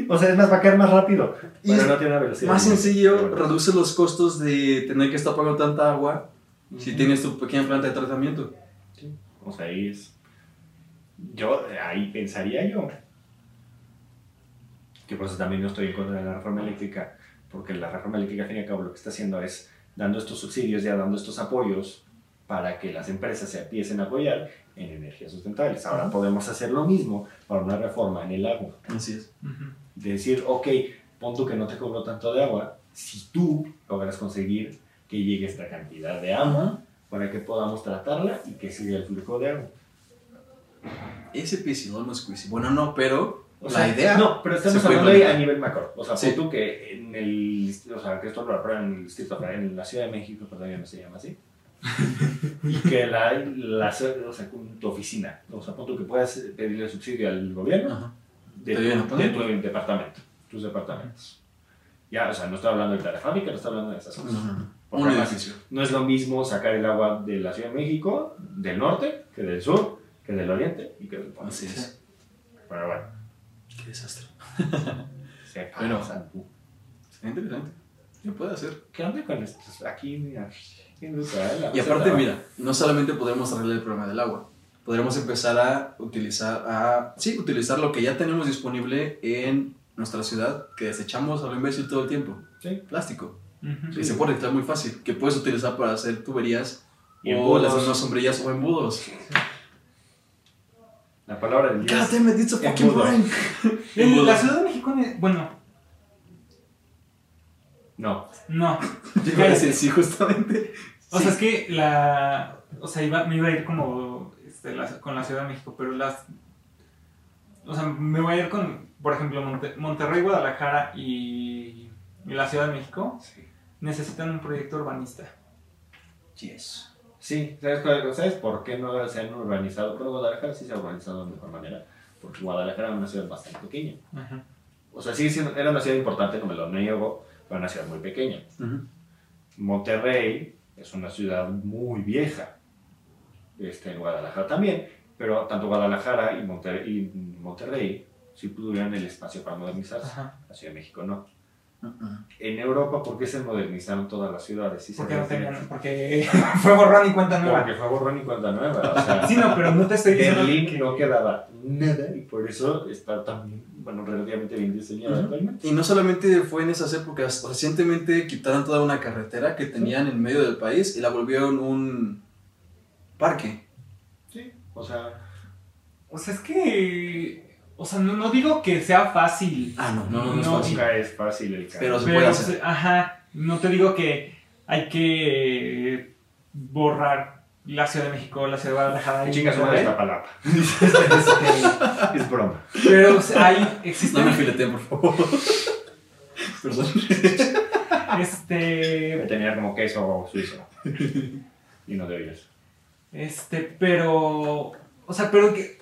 [SPEAKER 1] O sea, es más, va a caer más rápido.
[SPEAKER 3] Y
[SPEAKER 1] Pero
[SPEAKER 3] es
[SPEAKER 1] no tiene una velocidad.
[SPEAKER 3] Más
[SPEAKER 1] Pero
[SPEAKER 3] sencillo,
[SPEAKER 1] bueno.
[SPEAKER 3] reduce los costos de tener que estar pagando tanta agua si tienes tu pequeña planta de tratamiento.
[SPEAKER 1] O sea, ahí es. Yo, eh, ahí pensaría yo. Que por eso también no estoy en contra de la reforma eléctrica, porque la reforma eléctrica, al fin y al cabo, lo que está haciendo es dando estos subsidios, ya dando estos apoyos para que las empresas se empiecen a apoyar en energías sustentables. Ahora podemos hacer lo mismo para una reforma en el agua
[SPEAKER 3] Así es.
[SPEAKER 2] Ujú.
[SPEAKER 1] decir, ok, pon tú que no te cobro tanto de agua, si tú logras conseguir que llegue esta cantidad de agua para que podamos tratarla y que siga el flujo de agua.
[SPEAKER 3] Ese piso, no es squeezy. Bueno, no, pero
[SPEAKER 1] O
[SPEAKER 3] la
[SPEAKER 1] sea,
[SPEAKER 3] idea.
[SPEAKER 1] No, pero estamos
[SPEAKER 3] se puede
[SPEAKER 1] hablando de- a
[SPEAKER 3] implementar.
[SPEAKER 1] nivel macro. O sea,
[SPEAKER 3] Sí.
[SPEAKER 1] pon tú que en el. O sea, que esto lo aprueban en el Distrito Federal, en la Ciudad de México, pero todavía no se llama
[SPEAKER 3] *laughs*
[SPEAKER 1] así. y que la, la. O sea, con tu oficina. O sea, pon tú que puedas pedirle subsidio al gobierno
[SPEAKER 3] Ajá.
[SPEAKER 1] de,
[SPEAKER 3] Te vienen a
[SPEAKER 1] tu, de
[SPEAKER 3] poner.
[SPEAKER 1] tu departamento, tus departamentos. Ya, o sea, no estoy hablando de la fábrica, no estoy hablando de esas
[SPEAKER 3] No,
[SPEAKER 1] cosas.
[SPEAKER 3] no, no.
[SPEAKER 1] Porque
[SPEAKER 3] Un
[SPEAKER 1] además,
[SPEAKER 3] edificio.
[SPEAKER 1] no es lo mismo sacar el agua de la Ciudad de México, del norte, que del sur, que del oriente y que del poniente.
[SPEAKER 3] Así es.
[SPEAKER 1] Pero bueno,
[SPEAKER 3] Qué desastre.
[SPEAKER 1] se
[SPEAKER 3] Pero-
[SPEAKER 1] pasan.
[SPEAKER 3] Sería interesante. Se puede hacer.
[SPEAKER 1] ¿Qué onda con estos? Aquí, mira, en Israel, la
[SPEAKER 3] Y
[SPEAKER 1] base
[SPEAKER 3] aparte,
[SPEAKER 1] de-
[SPEAKER 3] mira, no solamente podremos arreglar el problema del agua. Podremos empezar a utilizar, a, sí, utilizar lo que ya tenemos disponible en nuestra ciudad, que desechamos a lo imbécil todo el tiempo.
[SPEAKER 1] Sí.
[SPEAKER 3] Plástico.
[SPEAKER 2] Ujú.
[SPEAKER 3] Que se puede reciclar muy fácil. Que puedes utilizar para hacer tuberías
[SPEAKER 1] Y
[SPEAKER 3] o
[SPEAKER 1] embudos.
[SPEAKER 3] Oh, las mismas sombrillas o embudos.
[SPEAKER 1] La palabra del día.
[SPEAKER 3] God
[SPEAKER 1] es-
[SPEAKER 3] damn it, it's a fucking
[SPEAKER 1] Embudo.
[SPEAKER 3] brain.
[SPEAKER 2] En La
[SPEAKER 3] Embudo.
[SPEAKER 2] Ciudad de México, ne- bueno,
[SPEAKER 1] No.
[SPEAKER 2] no.
[SPEAKER 3] *laughs* Yo iba a decir sí, justamente.
[SPEAKER 2] O sea, es que la. O sea, iba- me iba a ir como este, la- con la Ciudad de México, pero las. O sea, me voy a ir con, por ejemplo, Monte- Monterrey, Guadalajara y, y la Ciudad de México.
[SPEAKER 1] Sí.
[SPEAKER 2] Necesitan un proyecto urbanista.
[SPEAKER 1] Yes. Sí, ¿sabes, cuál- ¿sabes por qué no se han urbanizado? Pero Guadalajara sí se ha urbanizado de mejor manera, porque Guadalajara es una ciudad bastante pequeña.
[SPEAKER 2] Ajá.
[SPEAKER 1] O sea, sí, sí, era una ciudad importante, no me lo niego, pero una ciudad muy pequeña.
[SPEAKER 3] Ujú.
[SPEAKER 1] Monterrey es una ciudad muy vieja. Este, Guadalajara también, pero tanto Guadalajara y Monterrey, y Monterrey si tuvieran el espacio para modernizarse.
[SPEAKER 2] Ajá.
[SPEAKER 1] La Ciudad de México no.
[SPEAKER 3] Uh-uh.
[SPEAKER 1] En Europa, ¿por qué se modernizaron todas las ciudades? Sí se
[SPEAKER 2] Porque no
[SPEAKER 1] refieren-
[SPEAKER 2] tenían, porque *laughs* fue borrón y cuenta nueva.
[SPEAKER 1] Porque fue borrón y cuenta nueva. O sea,
[SPEAKER 2] *laughs* Sí, no, pero no te estoy diciendo
[SPEAKER 1] Berlín
[SPEAKER 2] que...
[SPEAKER 1] no quedaba nada y por eso está tan, bueno, relativamente bien diseñado
[SPEAKER 2] Ujú.
[SPEAKER 1] actualmente.
[SPEAKER 3] Y no solamente fue en esas épocas, recientemente quitaron toda una carretera que tenían en medio del país y la volvieron un parque.
[SPEAKER 1] Sí, o sea,
[SPEAKER 2] O sea, es que... O sea, no, no digo que sea fácil.
[SPEAKER 3] Ah, no, no, no, es
[SPEAKER 2] No.
[SPEAKER 3] fácil.
[SPEAKER 1] nunca es fácil el
[SPEAKER 3] Pero
[SPEAKER 1] cambio.
[SPEAKER 3] se puede
[SPEAKER 2] Pero,
[SPEAKER 3] hacer.
[SPEAKER 2] se- ajá, no te digo que hay que eh, borrar la Ciudad de México, la Ciudad de Guadalajara. y-
[SPEAKER 1] Chingas una de esta
[SPEAKER 2] *laughs*
[SPEAKER 1] palabra.
[SPEAKER 2] Este,
[SPEAKER 1] Es broma.
[SPEAKER 2] Pero o sea, ahí
[SPEAKER 3] No
[SPEAKER 2] existen...
[SPEAKER 3] me fileteen, por favor. *laughs* Perdón.
[SPEAKER 2] Este,
[SPEAKER 1] Debe tener como queso suizo. Y no de ollas.
[SPEAKER 2] este, pero, o sea, pero que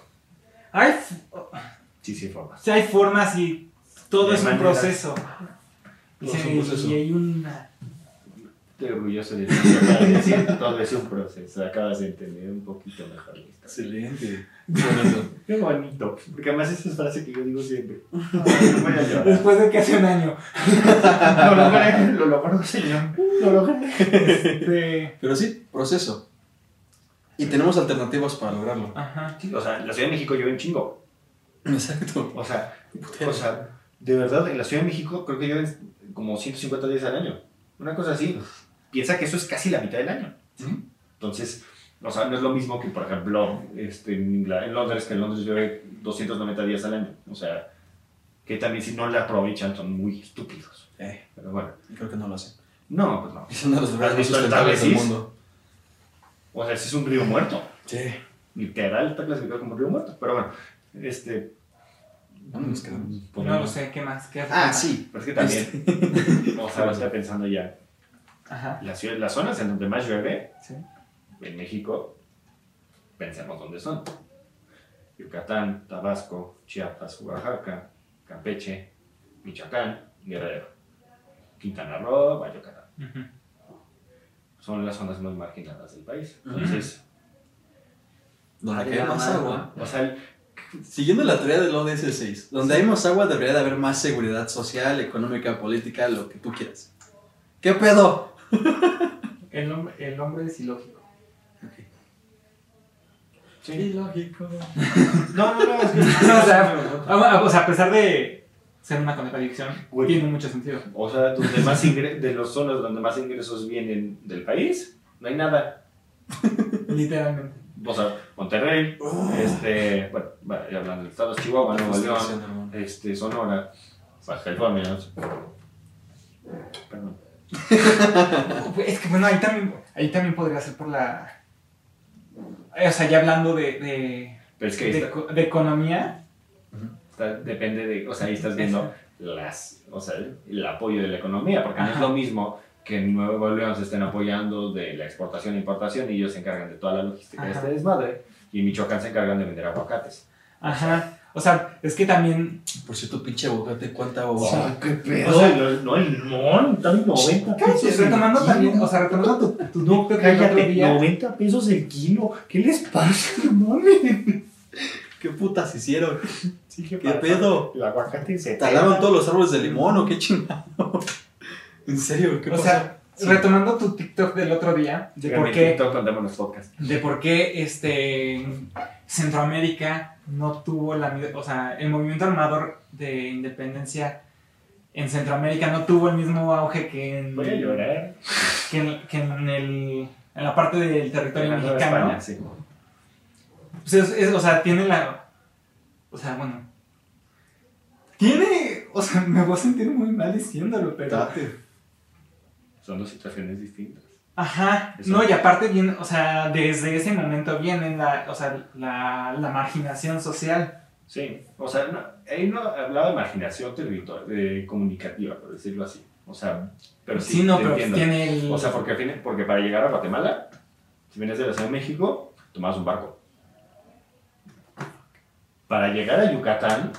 [SPEAKER 2] hay, f- o
[SPEAKER 1] Sí, sí, formas.
[SPEAKER 2] sea, hay formas y todo
[SPEAKER 1] De
[SPEAKER 2] es un
[SPEAKER 1] maneras.
[SPEAKER 2] proceso. Y,
[SPEAKER 3] Todo es
[SPEAKER 2] se-
[SPEAKER 3] un proceso.
[SPEAKER 2] y hay una.
[SPEAKER 1] Estoy orgulloso de ti. Acabas de decir *laughs* todo es un proceso. Acabas de entender un poquito mejor la historia.
[SPEAKER 3] Excelente. Bueno,
[SPEAKER 1] Qué bonito. Porque además esa es frase que yo digo siempre. voy a llorar.
[SPEAKER 2] Después de que hace un
[SPEAKER 3] *laughs*
[SPEAKER 2] año.
[SPEAKER 1] Lo logré. Lo logró, señor. Lo logré.
[SPEAKER 2] Este,
[SPEAKER 3] Pero sí, proceso. Y tenemos alternativas para lograrlo. *laughs*
[SPEAKER 2] ajá.
[SPEAKER 1] Sí, O sea, en la Ciudad de México llueve un chingo.
[SPEAKER 3] Exacto.
[SPEAKER 1] O sea, o sea, de verdad, en la Ciudad de México creo que llueven como 150 días al año. Una cosa así. Piensa que eso es casi la mitad del año.
[SPEAKER 3] Ujú.
[SPEAKER 1] Entonces, o sea, no es lo mismo que, por ejemplo, este, en, Ingla- en Londres, que en Londres llueve 290 días al año. O sea, que también si no la aprovechan son muy estúpidos.
[SPEAKER 3] Eh,
[SPEAKER 1] Pero bueno,
[SPEAKER 3] creo que no lo hacen.
[SPEAKER 1] no, pues no.
[SPEAKER 3] Es uno de los lugares más
[SPEAKER 1] visto el
[SPEAKER 3] sustentables del
[SPEAKER 1] Támesis?
[SPEAKER 3] mundo.
[SPEAKER 1] O sea, si es un río muerto.
[SPEAKER 3] Sí.
[SPEAKER 1] Literal está clasificado como río muerto. Pero bueno, este...
[SPEAKER 3] ¿Dónde nos quedamos?
[SPEAKER 2] No
[SPEAKER 1] ponemos-
[SPEAKER 2] lo sé, ¿qué más? ¿Qué hace
[SPEAKER 3] Ah,
[SPEAKER 2] falta?
[SPEAKER 3] sí.
[SPEAKER 1] Pero es que también, o sea, lo está pensando ya.
[SPEAKER 2] Ajá.
[SPEAKER 1] Las, ciudades- las zonas en donde más llueve,
[SPEAKER 2] Sí.
[SPEAKER 1] en México, pensemos dónde son. Yucatán, Tabasco, Chiapas, Oaxaca, Campeche, Michoacán, Guerrero. Quintana Roo, Yucatán.
[SPEAKER 2] Ujú.
[SPEAKER 1] Son las zonas más marginadas del país. Entonces,
[SPEAKER 3] Donde
[SPEAKER 1] hay
[SPEAKER 3] quede más agua.
[SPEAKER 1] O sea, el-
[SPEAKER 3] Siguiendo la teoría del ODS 6, donde hay más agua debería de haber más seguridad social, económica, política, lo que tú quieras. ¿Qué pedo?
[SPEAKER 2] El, hom- el hombre es ilógico.
[SPEAKER 1] sí.
[SPEAKER 3] lógico.
[SPEAKER 1] No, no, no. es que-
[SPEAKER 2] o, sea, a- Ah, o sea, a pesar de ser una contradicción,
[SPEAKER 1] Güey.
[SPEAKER 2] tiene mucho sentido.
[SPEAKER 1] O sea, donde más ingre- de las zonas donde más ingresos vienen del país, no hay nada.
[SPEAKER 2] Literalmente.
[SPEAKER 1] O sea, Monterrey, este, bueno, va- ya hablando del estado, Chihuahua, Nuevo León, este, Sonora, Baja California. Perdón.
[SPEAKER 2] Es que bueno, ahí también, ahí también podría ser por la. eh, O sea, ya hablando de, de,
[SPEAKER 1] Pero es que ahí
[SPEAKER 2] de,
[SPEAKER 1] está,
[SPEAKER 2] eco- de economía.
[SPEAKER 1] está- depende de, o sea, ahí estás viendo las, o sea, el apoyo de la economía, porque no es
[SPEAKER 2] Ajá.
[SPEAKER 1] lo mismo que en Nuevo León se estén apoyando de la exportación e importación y ellos se encargan de toda la logística de
[SPEAKER 2] Ajá.
[SPEAKER 1] este desmadre, y en Michoacán se encargan de vender aguacates.
[SPEAKER 2] Ajá. O sea, es que también.
[SPEAKER 3] Por cierto, pinche bocate, cuánta agua.
[SPEAKER 1] Oh, qué pedo.
[SPEAKER 3] O sea,
[SPEAKER 1] lo- no, el limón, está en 90
[SPEAKER 2] Pues, retomando también, o sea, retomando tu, tu
[SPEAKER 1] No,
[SPEAKER 2] TikTok del otro
[SPEAKER 1] cállate,
[SPEAKER 2] día.
[SPEAKER 1] 90 pesos el kilo. ¿Qué les pasa? *laughs* No mames.
[SPEAKER 3] *laughs* ¿Qué putas hicieron?
[SPEAKER 1] ¿Qué
[SPEAKER 3] pasa? pedo?
[SPEAKER 1] El aguacate se
[SPEAKER 3] ¿Talaron todos los árboles de limón o qué chingado? *laughs* ¿En serio? ¿Qué
[SPEAKER 2] o
[SPEAKER 3] pasó?
[SPEAKER 2] sea,
[SPEAKER 3] Sí.
[SPEAKER 2] retomando tu TikTok del otro día, de por qué.
[SPEAKER 1] TikTok contamos los podcasts.
[SPEAKER 2] de por qué este Centroamérica no tuvo la mi- o sea el movimiento armador de independencia en Centroamérica no tuvo el mismo auge que en
[SPEAKER 1] Voy a llorar.
[SPEAKER 2] que en, que en el- en la parte del territorio
[SPEAKER 1] La Nueva
[SPEAKER 2] mexicano
[SPEAKER 1] España, sí.
[SPEAKER 2] Pues es- es- o sea tiene la o sea bueno tiene o sea me voy a sentir muy mal diciéndolo pero
[SPEAKER 3] Date.
[SPEAKER 1] Son dos situaciones distintas.
[SPEAKER 2] Ajá,
[SPEAKER 1] Eso.
[SPEAKER 2] no, y aparte bien, o sea, desde ese momento viene la, o sea, la, la marginación social.
[SPEAKER 1] Sí, o sea, no, ahí no hablaba de marginación territorial, de comunicativa, por decirlo así. O sea, pero sí,
[SPEAKER 2] Sí, no,
[SPEAKER 1] te
[SPEAKER 2] pero
[SPEAKER 1] entiendo.
[SPEAKER 2] tiene el...
[SPEAKER 1] O sea, porque, al fin- porque para llegar a Guatemala, si vienes de la Ciudad de México, tomas un barco. Para llegar a Yucatán,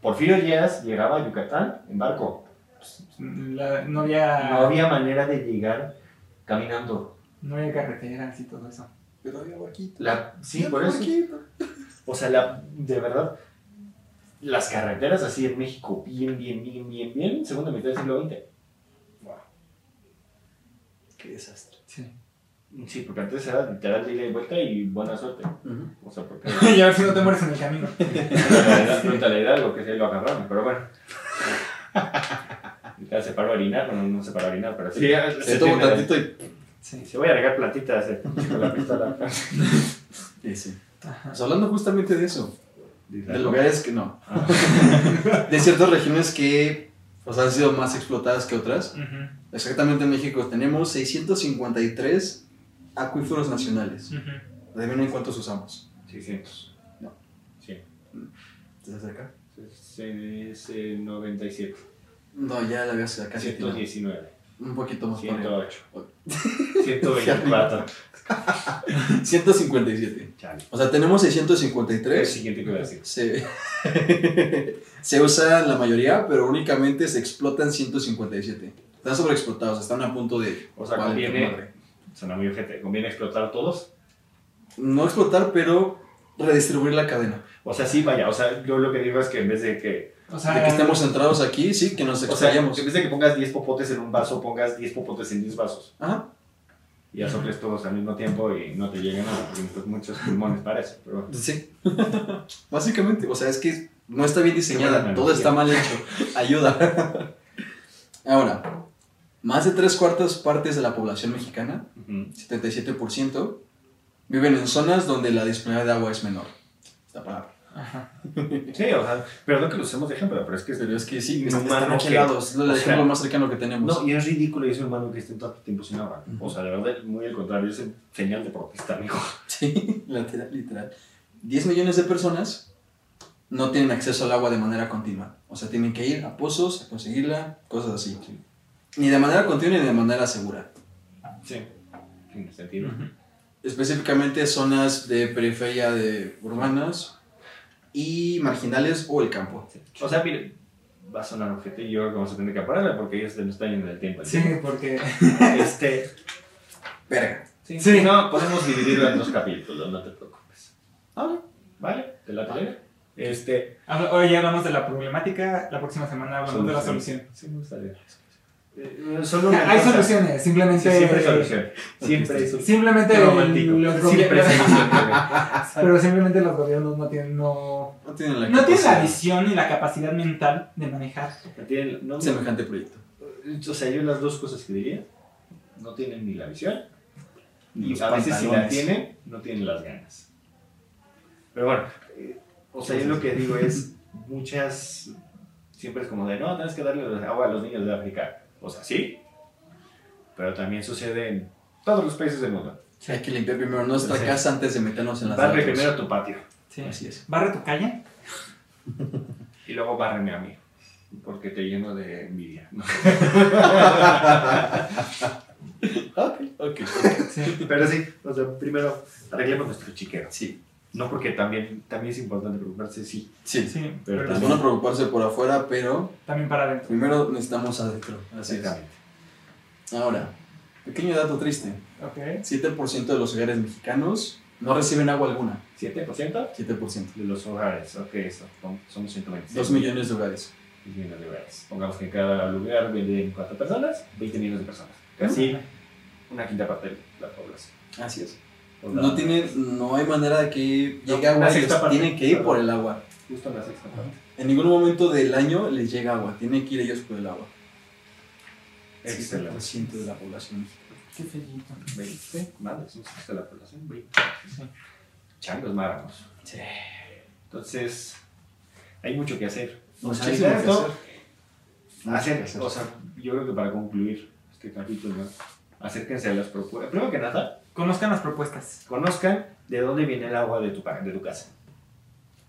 [SPEAKER 1] Porfirio Díaz llegaba a Yucatán en barco.
[SPEAKER 2] La- no, había,
[SPEAKER 1] No había manera de llegar caminando.
[SPEAKER 2] no había carreteras y todo eso.
[SPEAKER 3] Pero había huequito.
[SPEAKER 1] La, sí, por eso.
[SPEAKER 3] Huequito.
[SPEAKER 1] O sea, la, de verdad, las carreteras así en México, bien, bien, bien, bien, bien, segunda mitad del siglo XX. Wow. Qué desastre.
[SPEAKER 2] Sí.
[SPEAKER 1] Sí, porque antes era literal de ida y vuelta y buena suerte. O sea, porque
[SPEAKER 2] *laughs* y a ver si no te mueres en el camino.
[SPEAKER 1] era frontalidad lo que sea, lo agarraron, pero *laughs* bueno. Ya se paró a orinar, bueno, no se paró a orinar, pero sí.
[SPEAKER 3] Se toma
[SPEAKER 1] tiene-
[SPEAKER 3] tantito y.
[SPEAKER 2] Sí.
[SPEAKER 1] Se voy a regar platitas eh, con la pistola.
[SPEAKER 3] Ese. Pues hablando justamente de eso, de lugares que no.
[SPEAKER 1] Ah.
[SPEAKER 3] De ciertas regiones que pues, han sido más explotadas que otras.
[SPEAKER 2] Ujú,
[SPEAKER 3] Exactamente en México tenemos 653 acuíferos nacionales.
[SPEAKER 2] ujú.
[SPEAKER 3] Adivinen cuántos usamos.
[SPEAKER 1] 600.
[SPEAKER 3] No.
[SPEAKER 1] Sí.
[SPEAKER 3] ¿Estás cerca?
[SPEAKER 1] Es eh, 97.
[SPEAKER 3] No, ya la habías casi tirado.
[SPEAKER 1] 119.
[SPEAKER 3] Un poquito más. para arriba.
[SPEAKER 1] 108.
[SPEAKER 3] *laughs*
[SPEAKER 1] 124.
[SPEAKER 3] 157.
[SPEAKER 1] Chale.
[SPEAKER 3] O sea, tenemos
[SPEAKER 1] El
[SPEAKER 3] 653.
[SPEAKER 1] siguiente que voy a decir.
[SPEAKER 3] Se, *laughs* se usa la mayoría, pero únicamente se explotan 157. Están sobreexplotados, están a punto de...
[SPEAKER 1] O sea,
[SPEAKER 3] vale,
[SPEAKER 1] conviene-
[SPEAKER 3] tu madre.
[SPEAKER 1] Suena muy ojete. ¿Conviene explotar todos?
[SPEAKER 3] No explotar, pero redistribuir la cadena.
[SPEAKER 1] O sea, sí, vaya. O sea, yo lo que digo es que en vez de que.
[SPEAKER 2] O sea,
[SPEAKER 3] De que estemos centrados aquí, sí, que nos
[SPEAKER 1] O sea, en
[SPEAKER 3] explayamos.
[SPEAKER 1] vez de que pongas 10 popotes en un vaso, pongas 10 popotes en 10 vasos.
[SPEAKER 3] Ajá.
[SPEAKER 1] Y asoples todos al mismo tiempo y no te llega nada. Porque necesitas pues, muchos pulmones para eso. Pero bueno.
[SPEAKER 3] Sí. *laughs* Básicamente, o sea, es que no está bien
[SPEAKER 1] Qué
[SPEAKER 3] diseñada,
[SPEAKER 1] buena
[SPEAKER 3] todo está mal hecho. Ayuda. *laughs* Ahora, más de tres cuartas partes de la población mexicana,
[SPEAKER 1] Ujú.
[SPEAKER 3] 77%, viven en zonas donde la disponibilidad de agua es menor. Esta palabra.
[SPEAKER 2] Ajá.
[SPEAKER 1] Sí, o sea, perdón que lo usemos de ejemplo, pero es que es
[SPEAKER 3] Pero es que sí,
[SPEAKER 1] Inhumano
[SPEAKER 3] están
[SPEAKER 1] que-
[SPEAKER 3] aquí al lado, es el
[SPEAKER 1] o sea,
[SPEAKER 3] ejemplo más cercano que tenemos.
[SPEAKER 1] No, y es ridículo y es humano que estén tanto tiempo sin agua.
[SPEAKER 3] Ujú.
[SPEAKER 1] O sea, de verdad, muy al contrario, es señal de protesta, amigo.
[SPEAKER 3] Sí, *laughs* literal, literal. 10 millones de personas no tienen acceso al agua de manera continua. O sea, tienen que ir a pozos a conseguirla, cosas así.
[SPEAKER 1] Sí.
[SPEAKER 3] Ni de manera continua ni de manera segura.
[SPEAKER 1] Sí. Sin sentido.
[SPEAKER 2] Ujú.
[SPEAKER 3] Específicamente zonas de periferia de urbanas y marginales o el campo.
[SPEAKER 1] O sea, mire, va a sonar objeto y yo creo que vamos a tener que pararla porque ellos se nos están yendo el tiempo.
[SPEAKER 2] Sí, porque.
[SPEAKER 1] Este,
[SPEAKER 3] Verga.
[SPEAKER 1] sí,
[SPEAKER 2] Sí.
[SPEAKER 1] no, podemos dividirlo en dos capítulos, no te preocupes. Ah, ¿Vale? ¿Te la pelea? Este,
[SPEAKER 2] Habla- Hoy ya hablamos de la problemática, la próxima semana hablamos de la solución.
[SPEAKER 1] Sí, me gustaría. Eh, solo una
[SPEAKER 2] Hay
[SPEAKER 1] cosa.
[SPEAKER 2] soluciones,
[SPEAKER 1] Sí,
[SPEAKER 2] simplemente.
[SPEAKER 1] siempre hay solución. Siempre hay solución.
[SPEAKER 2] Simplemente el-
[SPEAKER 1] Romántico.
[SPEAKER 2] los
[SPEAKER 1] Siempre hay
[SPEAKER 2] gobiernos.
[SPEAKER 1] solución.
[SPEAKER 2] *laughs* Pero simplemente los gobiernos no tienen, no,
[SPEAKER 3] No tienen la
[SPEAKER 2] no tienen la
[SPEAKER 3] capacidad.
[SPEAKER 2] visión ni la capacidad mental de manejar.
[SPEAKER 1] Tienen- no-
[SPEAKER 3] Semejante proyecto.
[SPEAKER 1] O sea, yo las dos cosas que diría, no tienen ni la visión,
[SPEAKER 3] Ni
[SPEAKER 1] y
[SPEAKER 3] los
[SPEAKER 1] a veces si la
[SPEAKER 3] pantalones.
[SPEAKER 1] tienen, no tienen las ganas. Pero bueno, eh, o sea, yo lo que digo es, muchas, siempre es como de, no, tienes que darle agua a los niños de África. O sea, sí, pero también sucede en todos los países del mundo.
[SPEAKER 3] Hay que limpiar primero nuestra
[SPEAKER 1] Sí.
[SPEAKER 3] casa antes de meternos en las
[SPEAKER 1] Barre
[SPEAKER 3] de otros.
[SPEAKER 1] primero tu patio
[SPEAKER 2] Sí.
[SPEAKER 3] Así es.
[SPEAKER 2] Barre tu calle.
[SPEAKER 1] y luego bárreme a mí, porque te lleno de envidia. ¿no?
[SPEAKER 3] Ok, ok.
[SPEAKER 2] Sí.
[SPEAKER 1] *laughs* Pero sí, o sea, primero arreglemos nuestro chiquero.
[SPEAKER 3] Sí,
[SPEAKER 1] No porque también, también es importante preocuparse, sí,
[SPEAKER 3] sí.
[SPEAKER 2] Sí,
[SPEAKER 1] Pero
[SPEAKER 2] pero
[SPEAKER 3] Es
[SPEAKER 1] también-
[SPEAKER 3] bueno preocuparse por afuera, pero
[SPEAKER 2] también para adentro.
[SPEAKER 3] Primero necesitamos adentro. Así es.
[SPEAKER 1] exactamente.
[SPEAKER 3] Ahora, pequeño dato triste.
[SPEAKER 2] Ok.
[SPEAKER 3] 7% de los hogares mexicanos no reciben agua alguna.
[SPEAKER 1] ¿7%?
[SPEAKER 3] 7%.
[SPEAKER 1] De los hogares, ok, eso, somos 126.
[SPEAKER 3] 2 millones de hogares.
[SPEAKER 1] millones de lugares. Pongamos que en cada lugar viven cuatro personas, 20 millones de personas. Casi una quinta parte de la población.
[SPEAKER 3] Así es.
[SPEAKER 1] O sea,
[SPEAKER 3] No, tienen, no hay manera de que
[SPEAKER 1] No,
[SPEAKER 3] llegue agua.
[SPEAKER 1] la sexta
[SPEAKER 3] Ellos
[SPEAKER 1] parte.
[SPEAKER 3] tienen que ir por el agua.
[SPEAKER 1] Justo en la sexta parte.
[SPEAKER 3] En ningún momento del año les llega agua. Tienen que ir ellos por el agua.
[SPEAKER 1] Excelente.
[SPEAKER 3] 7% de la población mexicana.
[SPEAKER 2] Qué fellito.
[SPEAKER 1] 20, madre, es un sexto de la población, 20. Changos máramos.
[SPEAKER 3] Sí.
[SPEAKER 1] Entonces, hay mucho que hacer. O sea,
[SPEAKER 3] Muchísimo que
[SPEAKER 1] ahorita esto-
[SPEAKER 3] hacer.
[SPEAKER 1] Hacer,
[SPEAKER 3] Mucho que
[SPEAKER 1] o sea, yo creo que para concluir este capítulo, acérquense a las propuestas. Primero que nada,
[SPEAKER 2] Conozcan las propuestas.
[SPEAKER 1] conozcan de dónde viene el agua de tu, pa- de tu casa.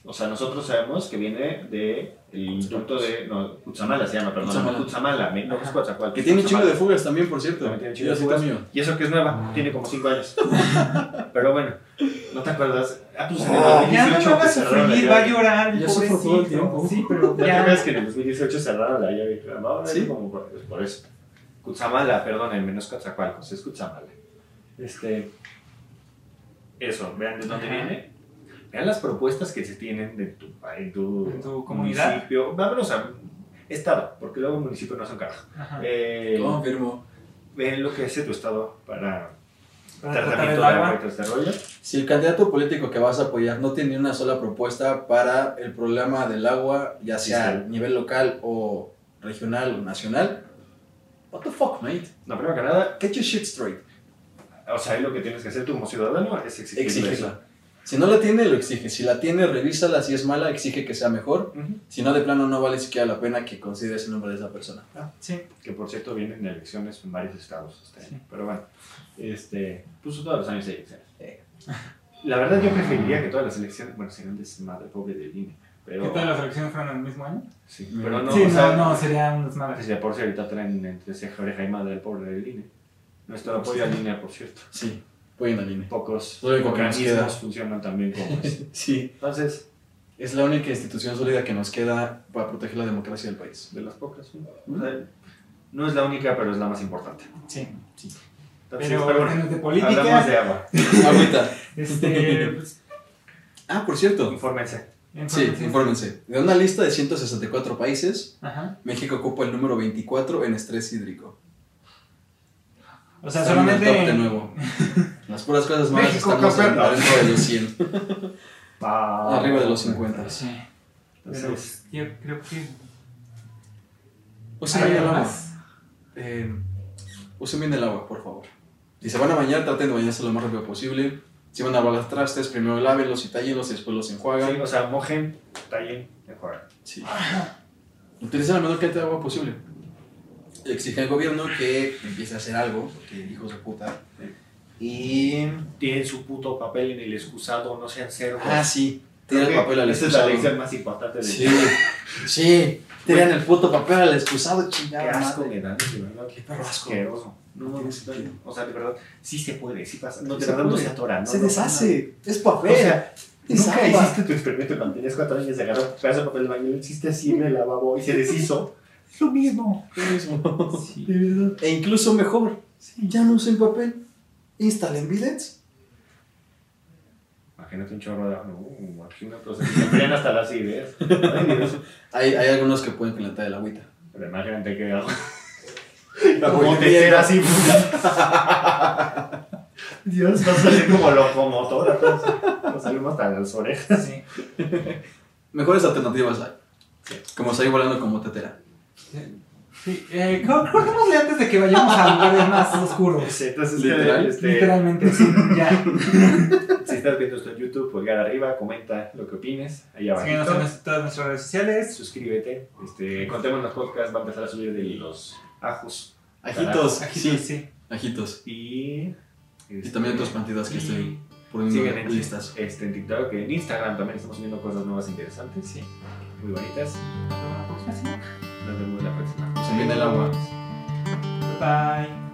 [SPEAKER 1] O sea, nosotros sabemos que viene de el punto de. No, Cutzamala se llama, perdón.
[SPEAKER 3] Cutzamala.
[SPEAKER 1] Cutzamala. me- no es Coatzacoalcos,
[SPEAKER 3] Que tiene chingo
[SPEAKER 1] Cutzamala.
[SPEAKER 3] de fugas también, por cierto.
[SPEAKER 1] También tiene chingo
[SPEAKER 3] Yo
[SPEAKER 1] de
[SPEAKER 3] sí
[SPEAKER 1] fugas.
[SPEAKER 3] también.
[SPEAKER 1] Y eso que es
[SPEAKER 2] Ah.
[SPEAKER 1] nueva, tiene como 5 años. *laughs* Pero bueno, ¿no te acuerdas? Ah, pues en el
[SPEAKER 3] Ah,
[SPEAKER 2] Ya no
[SPEAKER 1] 2018
[SPEAKER 2] me
[SPEAKER 1] que
[SPEAKER 2] hagas
[SPEAKER 1] cerraron la
[SPEAKER 2] sufrir,
[SPEAKER 1] llave.
[SPEAKER 2] va a llorar el
[SPEAKER 3] Ya sufro todo el
[SPEAKER 2] pobrecito.
[SPEAKER 3] tiempo.
[SPEAKER 2] Sí, pero
[SPEAKER 1] ¿No te acuerdas
[SPEAKER 2] ya.
[SPEAKER 1] que en el 2018 cerraron la llave? Ahora
[SPEAKER 3] Sí.
[SPEAKER 1] es como por, pues por eso. Cutzamala, perdónenme, no es Coatzacoalcos, es Cutzamala. Este. Eso, vean de dónde
[SPEAKER 2] Ajá.
[SPEAKER 1] viene. Vean las propuestas que se tienen de tu, en tu,
[SPEAKER 2] En tu comunidad.
[SPEAKER 1] municipio. Vámonos a estado, porque luego municipio no son caros.
[SPEAKER 2] Ajá.
[SPEAKER 1] Eh,
[SPEAKER 3] Oh. Confirmo.
[SPEAKER 1] Ve lo que hace tu estado para
[SPEAKER 2] Para tratar
[SPEAKER 1] tratamiento
[SPEAKER 2] el
[SPEAKER 1] de este
[SPEAKER 2] agua.
[SPEAKER 1] agua y desarrollo.
[SPEAKER 3] Si el candidato político que vas a apoyar no tiene una sola propuesta para el problema del agua, ya sea
[SPEAKER 1] Sí, sí.
[SPEAKER 3] a nivel local o regional o nacional, what the fuck, mate?
[SPEAKER 1] No, primero que nada,
[SPEAKER 3] Get your shit straight.
[SPEAKER 1] o sea, lo que tienes que hacer tú como ciudadano es exigir
[SPEAKER 3] Exígela. Si no la tiene, lo exige. Si la tiene, revísala. Si es mala, exige que sea mejor. Si no, de plano, no vale siquiera la pena que consideres el nombre de esa persona.
[SPEAKER 2] Sí,
[SPEAKER 1] que por cierto vienen elecciones en varios estados este año.
[SPEAKER 2] Sí.
[SPEAKER 1] Pero bueno, este, puso todos los años hay elecciones.
[SPEAKER 3] Eh.
[SPEAKER 1] La verdad yo preferiría que todas las elecciones, bueno, serían un desmadre pobre del INE, pero...
[SPEAKER 2] ¿Qué tal las elecciones fueron el mismo año?
[SPEAKER 1] Sí,
[SPEAKER 3] Mm.
[SPEAKER 1] pero no,
[SPEAKER 2] sí,
[SPEAKER 1] o
[SPEAKER 2] no,
[SPEAKER 1] sea,
[SPEAKER 2] no, sería un desmadre.
[SPEAKER 1] si de por si ahorita traen entre ceja, oreja y madre al pobre del INE. Nuestro apoyo al INE, por cierto.
[SPEAKER 3] Sí, voy en la línea.
[SPEAKER 1] Pocos
[SPEAKER 3] Lo único que nos queda.
[SPEAKER 1] organismos funcionan también como es.
[SPEAKER 3] Sí,
[SPEAKER 1] Entonces,
[SPEAKER 3] es la única institución sólida que nos queda para proteger la democracia
[SPEAKER 1] *laughs*
[SPEAKER 3] del país.
[SPEAKER 1] de las pocas, o sea, no es la única, pero es la más importante.
[SPEAKER 2] Sí.
[SPEAKER 1] Entonces,
[SPEAKER 2] Pero
[SPEAKER 1] pero bueno,
[SPEAKER 2] en de
[SPEAKER 1] hablamos
[SPEAKER 2] política,
[SPEAKER 1] de agua.
[SPEAKER 3] Agüita.
[SPEAKER 2] este, pues,
[SPEAKER 3] Ah, por cierto.
[SPEAKER 1] Infórmense.
[SPEAKER 3] Sí,
[SPEAKER 2] infórmense.
[SPEAKER 3] infórmense. De una lista de 164 países,
[SPEAKER 2] Ajá.
[SPEAKER 3] México ocupa el número 24 en estrés hídrico.
[SPEAKER 2] O sea,
[SPEAKER 3] Está en el
[SPEAKER 2] solamente
[SPEAKER 3] top de nuevo. Las puras cosas malas
[SPEAKER 4] México
[SPEAKER 3] estamos en-
[SPEAKER 4] campeón.
[SPEAKER 3] dentro de los 100.
[SPEAKER 1] Pa-
[SPEAKER 3] Arriba de los 50.
[SPEAKER 2] Sí, pero
[SPEAKER 1] Entonces,
[SPEAKER 2] yo creo que
[SPEAKER 3] Usen
[SPEAKER 2] hay
[SPEAKER 3] bien el agua.
[SPEAKER 2] más.
[SPEAKER 3] Eh, usen bien el agua, por favor. Si se van a bañar, traten de bañarse lo más rápido posible. Si van a lavar las trastes, primero lávenlos y tállenlos y después los
[SPEAKER 1] Sí,
[SPEAKER 3] enjuagan.
[SPEAKER 1] o sea, mojen, tallen, mejoren.
[SPEAKER 3] Sí. Utilicen la menor cantidad de agua posible. Le Exige al gobierno que empiece a hacer algo, porque hijos de puta. Y.
[SPEAKER 1] Tienen su puto papel en el excusado, no sean cerdos.
[SPEAKER 3] Ah, sí.
[SPEAKER 1] Creo
[SPEAKER 3] Tiran el
[SPEAKER 1] que
[SPEAKER 3] papel al
[SPEAKER 1] Esa es la
[SPEAKER 3] excusado.
[SPEAKER 1] lección más importante de
[SPEAKER 3] Sí. Sí. Tiran el puto papel al excusado,
[SPEAKER 1] Qué
[SPEAKER 3] chingada.
[SPEAKER 1] asco
[SPEAKER 3] madre.
[SPEAKER 1] me dan, de verdad.
[SPEAKER 3] Qué perro asco.
[SPEAKER 1] Asqueroso. No, no,
[SPEAKER 3] Tiene
[SPEAKER 1] no,
[SPEAKER 3] sentido.
[SPEAKER 1] o sea, de verdad, sí se puede, sí pasa. No, de
[SPEAKER 3] Se
[SPEAKER 1] verdad no
[SPEAKER 3] puede.
[SPEAKER 1] se atoran.
[SPEAKER 3] Se deshace. Es papel.
[SPEAKER 1] O sea,
[SPEAKER 3] es
[SPEAKER 1] Nunca
[SPEAKER 3] agua.
[SPEAKER 1] hiciste tu experimento cuando tenías cuatro años de agarrar un pedazo de papel de baño, lo hiciste así en el lavabo y se deshizo. Es lo mismo.
[SPEAKER 3] Lo mismo.
[SPEAKER 2] Sí.
[SPEAKER 1] De verdad.
[SPEAKER 3] E incluso mejor, ya no usen papel. Instalen bidets.
[SPEAKER 1] Imagínate un chorro de agua. uh, No, imagínate. O sea, se enfrían hasta las ideas. Ay, Dios.
[SPEAKER 3] Hay, hay algunos que pueden calentar el agüita.
[SPEAKER 1] Pero imagínate que hago.
[SPEAKER 3] Como
[SPEAKER 1] Como te
[SPEAKER 3] tetera.
[SPEAKER 1] así. Dios, vas a ser como locomotora. pues. Nos salimos hasta las orejas.
[SPEAKER 2] Sí.
[SPEAKER 3] Mejores alternativas hay.
[SPEAKER 1] Sí.
[SPEAKER 3] Como salir volando como tetera.
[SPEAKER 2] Sí, eh, cor- cortémosle antes de que vayamos a lugares más oscuros.
[SPEAKER 1] Entonces,
[SPEAKER 3] Literal,
[SPEAKER 1] este,
[SPEAKER 2] Literalmente,
[SPEAKER 3] *laughs*
[SPEAKER 2] sí, ya.
[SPEAKER 1] si estás viendo esto en YouTube, pulgar arriba, comenta lo que opines. Ahí
[SPEAKER 2] Síguenos
[SPEAKER 1] abajo.
[SPEAKER 2] en todas nuestras redes sociales.
[SPEAKER 1] Suscríbete. Este, contemos los podcasts. Va a empezar a subir de los ajos.
[SPEAKER 3] Ajitos.
[SPEAKER 2] Aquí
[SPEAKER 3] Sí,
[SPEAKER 2] sí.
[SPEAKER 3] ajitos.
[SPEAKER 1] Y. este,
[SPEAKER 3] Y también otros partidos que estoy poniendo
[SPEAKER 1] Sigan en,
[SPEAKER 3] en listas.
[SPEAKER 1] este, en TikTok, en Instagram también estamos subiendo cosas nuevas e interesantes,
[SPEAKER 2] Sí.
[SPEAKER 1] muy bonitas.
[SPEAKER 2] ah, pues, Hasta la próxima, sí.
[SPEAKER 1] Nos vemos la próxima.
[SPEAKER 3] Se viene el agua.
[SPEAKER 2] Bye.